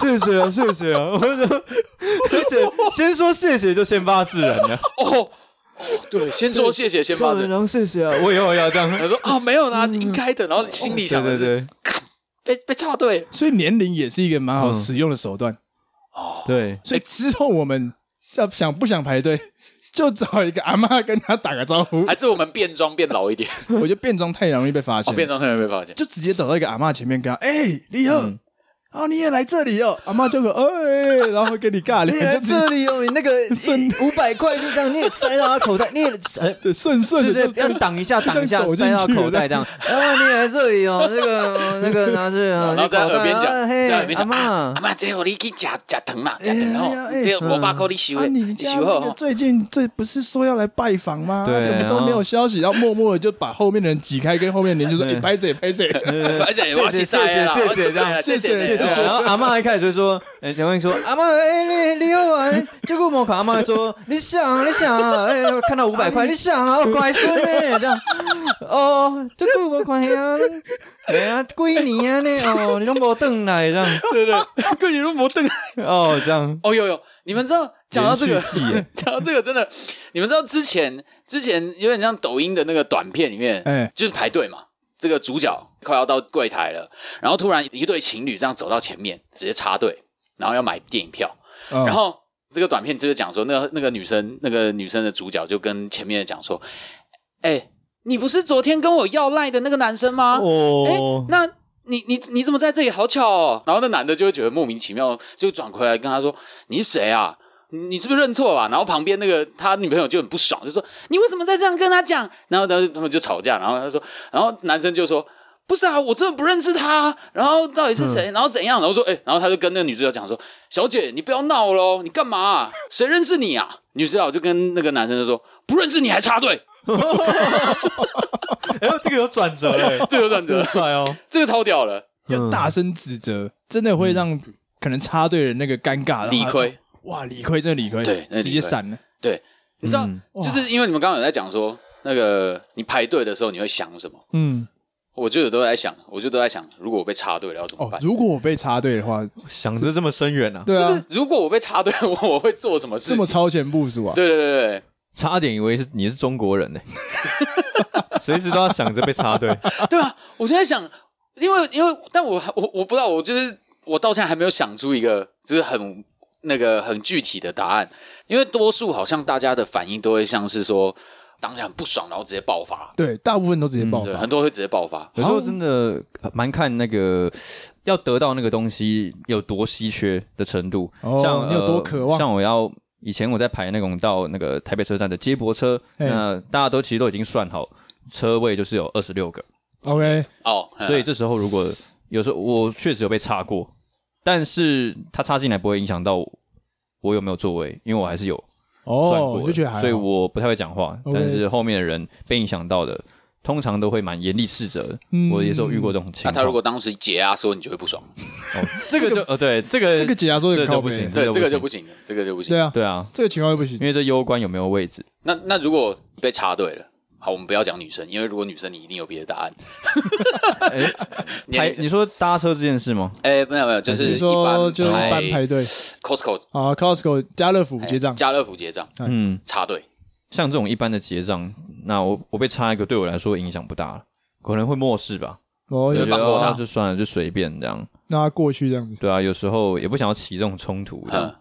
S3: 谢谢啊，谢谢啊，我就说，而
S2: *laughs*
S3: 且先说谢谢就先发制人了，
S2: 哦哦，对，先说谢谢，先发
S3: 人，
S2: 嘴。
S3: *laughs* 然后谢谢啊，我以后要这样，
S2: 他说啊，没有啦，应该的。然后心里
S3: *laughs* 对
S2: 想的
S3: 对
S2: 是
S3: 对
S2: 被被插
S1: *laughs*
S2: 队，
S1: 所以年龄也是一个蛮好
S3: 嗯
S1: 使用的手段。
S2: 哦
S3: 对，
S1: 所以之后我们要想不想排队，就找一个阿嬷跟他打个招呼
S2: 还。是我们变装变老一
S3: *laughs*
S2: 点？
S1: 我觉得变装太容易被发
S2: 哦，
S1: 现，
S2: 变装太容易被发现。
S1: 就直接走到一个阿嬷前面跟他，哎，李贺。哦，你也来这里哦，阿嬷就说，哎，然后会跟你尬聊，就直接
S3: 里哦，你 *laughs* 那个五百块就这样，你也塞到他口袋，你也呃
S1: 对顺顺
S3: *laughs* 对
S1: 的
S3: 对，
S1: 就
S3: 要挡一下，挡一下，
S1: 走进
S3: 塞到
S1: 去了
S3: 口袋这样。然后你来这里哦，那个那个拿着啊，
S2: *laughs* 然后在
S3: 口袋
S2: 耳边讲
S3: 啊，嘿
S2: 在耳边讲，啊
S3: 阿
S2: 阿
S3: 嬷
S2: 妈，这我你去吃吃糖啦，吃糖哦，
S1: 哎呀哎
S2: 这五百块你收
S1: 啊，
S2: 的，
S1: 你
S2: 你
S1: 家
S2: *laughs* 收
S1: 那
S2: 好
S1: 个
S2: 哦。
S1: 最近最不是说要来拜访吗？
S3: 对
S1: 啊怎么都没有消息，然后默默的就把后面的人挤开，跟后面的人就说：“
S3: 对
S1: 你拍谁拍
S3: *laughs*
S1: 谁。
S2: *laughs* 而且我是塞啦，
S3: 谢谢
S2: 啊我是塞啦
S1: 谢谢
S2: 谢
S1: 谢谢谢
S3: 对啊
S1: 谢
S3: 然后阿嬷一开始就说，哎，小问说，阿嬷，哎，你你又玩？结果我看阿嬷说，你想啊，你想啊，哎，看到五百
S2: *laughs*
S3: 块，你想啊，我乖孙呢，这样，哦，这对我看呀，哎呀，几年啊呢，哦，你都没回来这样，
S2: 对对， *laughs* 跟你都没瞪。
S3: 哦，这样，
S2: 哦呦呦，你们知道讲到这个
S3: 连续剧耶，
S2: *laughs* 讲到这个真的，你们知道之前之前有点像抖音的那个短片里面，
S1: 哎
S2: 就是排队嘛，这个主角快要到柜台了，然后突然一对情侣这样走到前面，直接插队，然后要买电影票，
S3: 哦
S1: 嗯”
S2: 然后这个短片就是讲说，那个那个女生，那个女生的主角就跟前面的讲说：“哎、你不是昨天跟我要赖的那个男生吗？哎、
S4: 哦，
S2: 那你你你怎么在这里？好巧哦！然后那男的就会觉得莫名其妙，就转回来跟他说：“你是谁啊？你你是不是认错了啊？”然后旁边那个他女朋友就很不爽，就说：“你为什么在这样跟他讲？”然后然后他们就吵架，然后他说，然后男生就说。不是啊，我真的不认识他啊。然后到底是谁？然后怎样？然后说，哎、然后他就跟那个女主角讲说：“小姐，你不要闹喽，你干嘛、啊？谁认识你啊？”女主角就跟那个男生就说：“不认识你还插队，
S4: 哎呦，这个有转折
S2: *laughs*
S4: 哎，
S2: 这个有转折，
S3: *laughs*
S4: 帅哦，
S2: 这个超屌了，
S1: 要大声指责，真的
S3: 嗯
S1: 会让可能插队人那个尴尬
S2: 理。亏。”
S1: 然后他哇，理亏，真的理亏，
S2: 对那理亏
S1: 直接闪了。
S2: 你知道，
S3: 嗯
S2: 就是因为你们刚刚有在讲说，那个你排队的时候你会想什么？
S1: 嗯，
S2: 我就有都在想，我就都在想，如果我被插队了要怎么
S1: 哦
S2: 办，？
S1: 如果我被插队的话，
S3: 想着这么深远啊，
S1: 对
S2: 就
S1: 啊
S2: 是，如果我被插队，我我会做什么事
S1: 这
S2: 情？
S1: 么超前部署啊，
S2: 对对对对
S3: 差点以为是你是中国
S2: *laughs*
S3: 人呢、随时都要想着被插队。
S2: 对对啊！我就在想，因为因为，但我我我不知道，我就是我到现在还没有想出一个就是很那个很具体的答案，因为多数好像大家的反应都会像是说当下很不爽，然后直接爆发，
S1: 对，大部分都直接爆
S2: 嗯对，
S1: 发
S2: 很。多会直接爆发。
S3: 有时候真的呃蛮看那个要得到那个东西有多稀缺的程度，
S1: 哦
S3: 像
S1: 你有多
S3: 呃
S1: 渴望
S3: 像我要以前我在排那种到那个台北车站的接驳车，
S1: 嘿
S3: 那大家都其实都已经算好车位就是有二十六个，
S1: OK，
S2: 哦，
S3: 所以这时候如果有时候我确实有被插过，但是他插进来不会影响到我我有没有座位，因为我还是有算
S1: 哦，
S3: 过
S1: 我
S3: 了，
S1: 就觉得还好，
S3: 所以我不太会讲话，
S1: OK
S3: 但是后面的人被影响到的。通常都会蛮严厉斥责的，
S1: 嗯
S3: 我也是有遇过这种情
S2: 那啊
S3: 况。
S2: 他如果当时解压说，你就会不爽。
S3: 哦，这个就呃对，这个
S1: 这个解压说
S3: 这
S1: 很
S3: 就
S1: 靠
S3: 不
S1: 背
S3: 行，，
S2: 对，这个就
S3: 不
S2: 不
S3: 行，
S2: 行了，这个就不行。
S1: 对啊，
S3: 对啊，
S1: 这个情况又不行
S3: 因。为这攸关有没有位置。
S2: 那那如果被插队了，好，我们不要讲女生，因为如果女生你一定有别的答
S1: *laughs*
S2: 案。 *laughs* 你
S3: 排
S2: 你
S3: 你说搭车这件事吗？
S2: 哎、没有没有，就是
S1: 你
S2: 一般
S1: 说就一般排队
S2: Costco
S1: 啊，Costco 家乐福结账
S2: 哎，家乐福结账
S3: 嗯，
S2: 插队，
S3: 像这种一般的结账，那我我被插一个对我来说影响不大，可能会漠视吧。
S1: 哦，
S3: 我
S2: 就
S3: 觉
S1: 就
S3: 得
S2: 放过他
S3: 哦就算了，就随便这样。
S1: 让他过去这样子。
S3: 对啊，有时候也不想要起这种冲突这样
S2: 嗯，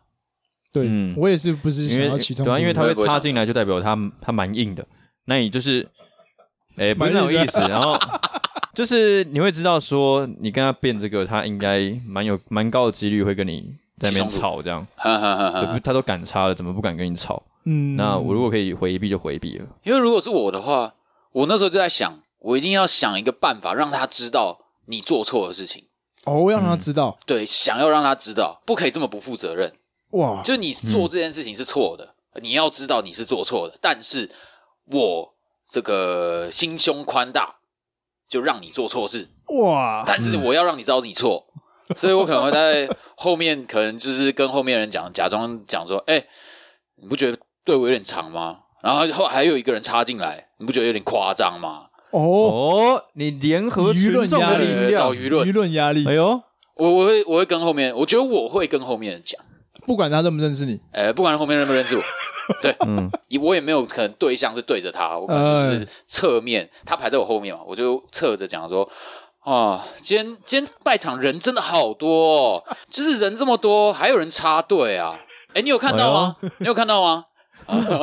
S1: 对
S3: 嗯，
S1: 我也是，不是
S3: 因
S1: 想
S3: 为
S1: 要起冲
S3: 对
S1: 突
S3: 啊，因为他
S2: 我
S3: 会
S2: 也不会
S3: 插
S2: 想
S3: 进来，就代表他他蛮硬的。那你就是，哎、不是
S1: 蛮
S3: 那
S1: 硬
S3: 种
S1: 的
S3: 意思。然后就是你会知道说，你跟他辩这个，他应该蛮有蛮高的几率会跟你在那边
S2: 起冲突
S3: 吵这样。
S2: 哈哈哈
S3: 对不
S2: 哈。
S3: 他都敢插了，怎么不敢跟你吵？
S1: 嗯，
S3: 那我如果可以回避就回避了。
S2: 因为如果是我的话，我那时候就在想，我一定要想一个办法让他知道你做错的事情。
S1: 哦，要让
S3: 嗯
S1: 他知道，
S2: 对，想要让他知道，不可以这么不负责任。
S1: 哇，
S2: 就是你做这件事情是错的，你要知道你是做错的，但是我这个心胸宽大，就让你做错事，
S1: 哇，
S2: 但是我要让你知道你错，所以我可能会在后面，可能就是跟后面人讲，假装讲说，哎、你不觉得队伍有点长吗？然后后还有一个人插进来，你不觉得有点夸张吗？
S1: 哦，
S3: 哦，你联合
S1: 舆论
S3: 群众
S1: 压
S3: 的
S1: 力
S3: 力
S2: 对找
S3: 量，
S2: 舆论
S1: 舆论压力 *laughs*
S3: 哎，呦，
S2: 我我会我会跟后面，我觉得我会跟后面人讲，
S1: 不管他认不认
S3: *laughs*
S1: 识你，
S2: 呃，不管后面认不认识我，对，
S3: 嗯，
S2: 我也没有可能对象是对着他，我可能就是侧面，他排在我后面嘛，我就侧着讲说。哦，今天今天拜场人真的好多、哦，就是人这么多，还有人插队啊！哎，你有看到吗？你有看到吗？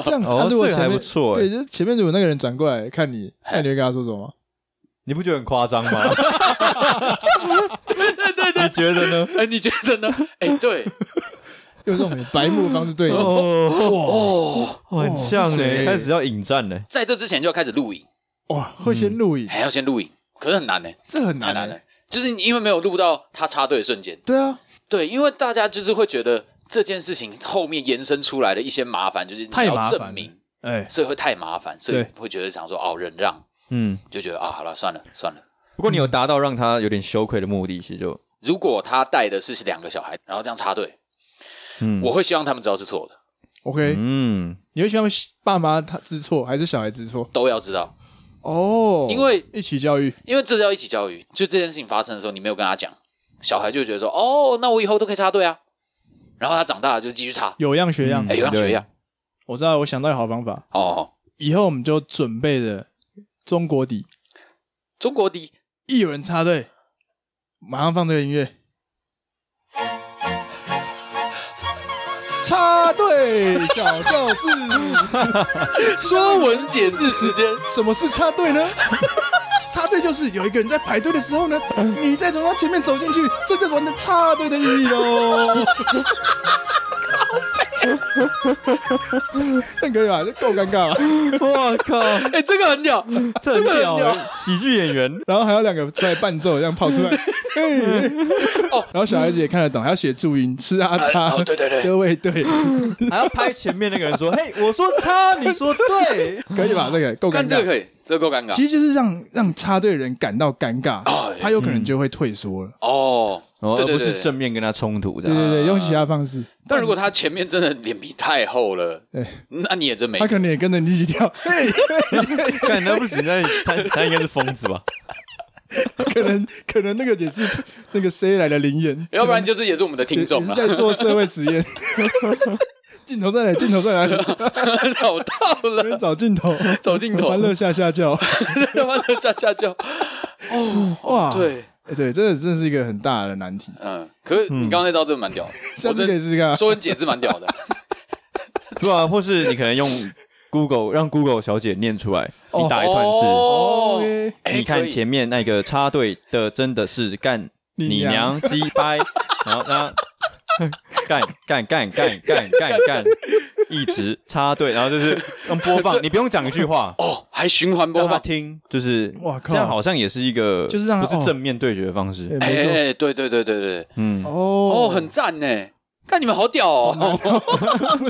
S1: 这样，啊
S3: 哦
S1: 那如果
S3: 这个还
S1: 前面
S3: 不错哎
S1: 对，就是前面如果那个人转过来看你，
S2: 嘿
S1: 那你会跟他说什么？
S4: 你不觉得很夸张
S1: *laughs*
S4: 吗？
S2: *laughs* 对
S4: 你觉得
S2: 对
S3: *laughs*
S4: 呢？
S2: *laughs* 哎，你觉得呢？哎，对，
S1: 用这种白目的方式对你，
S3: 哦，
S2: 哦，
S3: 很像
S1: 是
S3: 哎，
S1: 谁
S3: 开始要引战嘞。
S2: 在这之前就要开始录影，
S1: 哇，会
S3: 嗯
S1: 先录影，
S2: 还要先录影，可是很难呢，
S1: 这很
S2: 太
S1: 难
S2: 难了
S1: 欸，，
S2: 就是因为没有录到他插队的瞬间。
S1: 对啊，
S2: 对，因为大家就是会觉得这件事情后面延伸出来的一些麻烦，就是你
S1: 太麻
S2: 要
S1: 烦
S2: 证明
S1: 了。哎，
S2: 所以会太麻烦，所以
S1: 对
S2: 会觉得想说哦忍让，
S3: 嗯，
S2: 就觉得啊好了算了算了。
S3: 不过你有达到让他有点羞愧的目的，其实就
S2: 如果他带的是两个小孩，然后这样插队，
S3: 嗯
S2: 我会希望他们知道是错的，
S1: OK，
S3: 嗯，
S1: 你会希望爸妈他知错还是小孩知错？
S2: 都要知道，
S1: 哦，
S2: 因为
S1: 一起教育，
S2: 因为这叫一起教育。就这件事情发生的时候，你没有跟他讲，小孩就会觉得说哦，那我以后都可以插队啊。然后他长大了就继续插，
S1: 有样学样
S2: 哎、。有样学样
S1: 我知道，我想到一个好方法，
S2: 哦哦。
S1: 以后我们就准备了中国底，
S2: 中国第一，
S1: 一有人插队，马上放这个音乐。插队小教室，
S2: 说文解字时间，
S1: 什么是插队呢？插队就是有一个人在排队的时候呢，你再从他前面走进去，这就是玩的插队的意义哦。 *laughs* 这样可以吧？这够尴尬了。
S4: *laughs* 我靠，
S2: 哎、这个
S1: *laughs*
S2: 很屌，
S4: 这很屌
S2: 这个很
S4: 欸，喜剧演员，
S1: 然后还有两个出来伴奏，这样跑出 *laughs* 来。嘿
S2: 哦
S1: 然后小孩子也看得懂，还要写注音，吃啊叉，
S2: 哦对对对
S1: 各位对，
S4: *laughs* 还要拍前面那个人说：“嘿，我说差，你说 *laughs* 对。
S1: 可以吧？这个够尴
S2: 看这个
S1: 尬。
S2: 可以，这个够尴尬
S1: 其实就是让让插队的人感到尴尬
S2: 哦，
S1: 他有可能就会退缩了。
S2: 哦。
S3: 然后
S2: 对
S3: 而
S2: 对
S3: 不
S2: 对
S3: 是正面跟他冲突
S1: 对
S3: 的。
S1: 对
S2: 啊
S1: 对，用其他方式，
S2: 但如果他前面真的脸皮太厚了，
S1: 对
S2: 那你也真没
S1: 他可能也跟着你一起
S2: *laughs*
S1: 跳，
S4: 看啊那不行，那他他应该是疯子吧？
S1: 可能可能那个也是那个 C 来的灵验，
S2: 要不然就是也是我们的听
S1: 也
S2: 众啊
S1: 也
S2: 了
S1: 是。在做社会实
S2: *laughs*
S1: 验。镜头在哪里？镜头在哪里？
S2: *laughs* 找到
S1: 这
S2: 了，
S1: 边找镜头，
S2: 找镜头，
S1: 欢乐下下叫。
S2: 他妈的下下
S1: *laughs*
S2: 叫。哦，
S1: 哇，
S2: 对，
S1: 哎对，真的真的是一个很大的难题。
S2: 嗯，可是你刚刚那招真的蛮屌的，
S1: *laughs* 下
S2: 我
S1: 次可以
S2: 真
S1: 试试看啊。
S2: 说文解字蛮屌的。
S4: 对啊，或是你可能用 Google 让 Google 小姐念出来，你打一串字，
S2: 哦，
S1: OK
S2: 哎
S4: *laughs* 你
S2: 可
S4: 看
S2: 以
S4: 前面那个插队的真的是干
S1: 你
S4: 你
S1: 娘
S4: 娘鸡掰， *laughs* 然后那干干干干干干干，一直插队，然后就是用播放，你不用讲一句话。
S2: 哦，还循环播
S4: 让他
S2: 放。
S4: 听，就是
S1: 哇靠
S4: 这样好像也是一个，
S1: 就是让他
S4: 不是
S1: 哦
S4: 正面对决的方
S1: 哎
S4: 式。
S2: 哎
S1: 没错。
S2: 哎，对对对对对，
S4: 嗯，
S1: 哦嗯
S2: 哦，
S1: *laughs*
S2: 很赞呢。看你们好屌哦！
S1: 不是，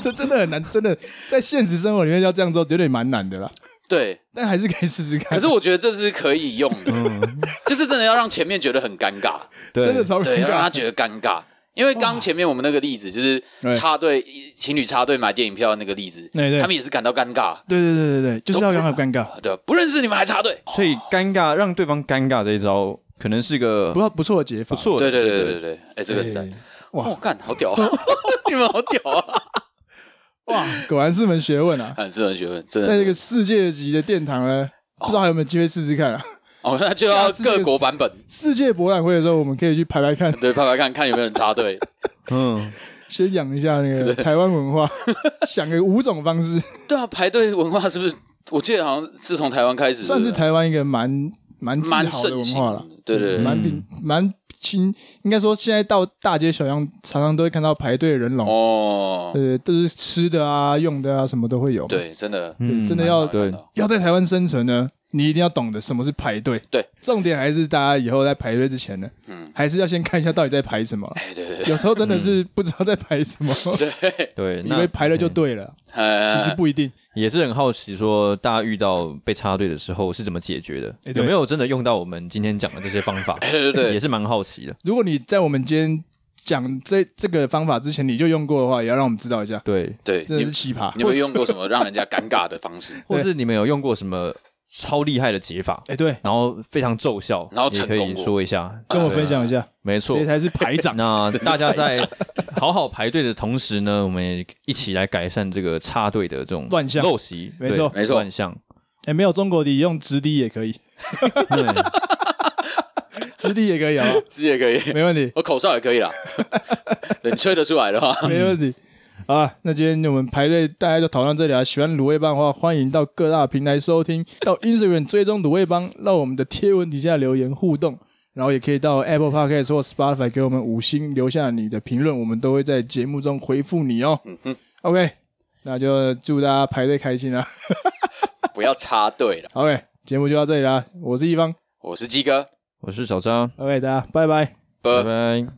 S1: 这真的很难，真的在现实生活里面要这样做，绝对蛮难的啦。
S2: 对，
S1: 但还是可以试试看。
S2: 可是我觉得这是可以用的，
S4: 嗯
S2: 就是真的要让前面觉得很尴尬，
S4: 对，
S1: *laughs* 真的超
S2: 对，
S1: 尴
S2: 要让他
S1: 尬，
S2: 觉得尴尬。因为刚前面我们那个例子，就是
S1: 对
S2: 插队情侣插队买电影票的那个例子，
S1: 对对
S2: 他们也是感到尴尬，
S1: 对对对对对，就是要让他尴尬，
S2: 对，不认识你们还插队，
S4: 所以尴尬让对方尴尬这一招，可能是个
S1: 不过不错的解法，
S4: 不错
S2: 对
S4: 的。
S2: 对对对对对，哎，这个很
S1: 哎
S2: 赞，
S1: 哇
S2: 哇，干好屌啊，你们好屌啊，
S1: 哇，果然是门学问啊！
S2: 很适合学问，真的
S1: 在这
S2: 是。
S1: 个世界级的殿堂呢，不知道还有没有机会试试看啊？
S2: 哦，那就要各国版本，
S1: 世界博览会的时候，我们可以去排排
S2: *laughs*
S1: 看，
S2: 对，拍拍看看有没有人插队，
S4: 嗯，
S1: 先养一下那个台湾文化， *laughs* 想个五种方式，
S2: 对啊，排队文化是不是？我记得好像是从台湾开始，
S1: 算
S2: 对
S1: 是
S2: 不对
S1: 台湾一个蛮蛮自
S2: 蛮
S1: 豪的
S2: 盛
S1: 文
S2: 行
S1: 化了
S2: 的。，对对对，
S1: 蛮平蛮亲，应该说现在到大街小巷，常常都会看到排队的人龙，
S2: 哦，
S1: 呃，都是吃的啊、用的啊，什么都会有。，
S2: 对，真的
S1: 嗯真的要
S2: 蛮常
S4: 对
S2: 看到，
S1: 要在台湾生存呢，你一定要懂得什么是排队。
S2: 对，
S1: 重点还是大家以后在排队之前呢，
S2: 嗯
S1: 还是要先看一下到底在排什么啦。
S2: 哎，对对对
S1: 有时候真的是不知道在排什么，
S4: 对，
S1: 以为
S4: 那
S1: 排了就对了，其实
S2: 哎，
S1: 不一定。
S3: 也是很好奇，说大家遇到被插队的时候是怎么解决
S1: 哎
S3: 的？
S1: 对
S3: 有没有真的用到我们今天讲的这些方法？
S2: 哎对对 *laughs* 对
S3: 也是蛮好奇的。
S1: 如果你在我们今天讲这这个方法之前你就用过的话，也要让我们知道一下，
S3: 对，
S2: 对，
S1: 真的
S2: 你
S1: 是奇葩
S2: *laughs* 你。有没有用过什么让人家尴尬的方式？
S3: 或是你们有用过什么超厉害的解法，
S1: 哎，对，
S3: 然后非常奏效，
S2: 然后
S3: 也
S2: 成
S3: 可
S2: 功
S3: 以
S2: 过
S3: 说一下，
S1: 跟我分享一
S2: 啊
S1: 下，
S3: 没错
S1: 谁。才是排长？ *laughs*
S3: 那大家在好好排队的同时呢，我们也一起来改善这个插队的这种
S1: 乱象
S3: 陋习，
S1: 没
S3: 对
S1: 错
S2: 没错
S1: *laughs*
S3: 乱象。
S1: 哎，没有中国的用直笛也可以，
S3: 对
S1: 直笛也可以啊，
S2: *laughs* 是也可 *laughs* 以，
S1: 没问题，
S2: 我哦口哨也可以啦， *laughs* 对你吹得出来的话， *laughs*
S1: 没问题。好啊，那今天我们排队大家就讨论这里啊。喜欢卤味帮的话，欢迎到各大平台收听，到 Instagram 追踪卤味帮，到我们的贴文底下留言互动，然后也可以到 Apple Podcast 或 Spotify 给我们五星，留下你的评论，我们都会在节目中回复你哦。OK，那就祝大家排队开心啦。
S2: 不要插队了。
S1: OK，节目就到这里啦，我是一方
S2: 我是鸡哥，
S3: 我是小张，
S1: ，OK，大家拜拜。
S2: 拜
S3: 拜拜。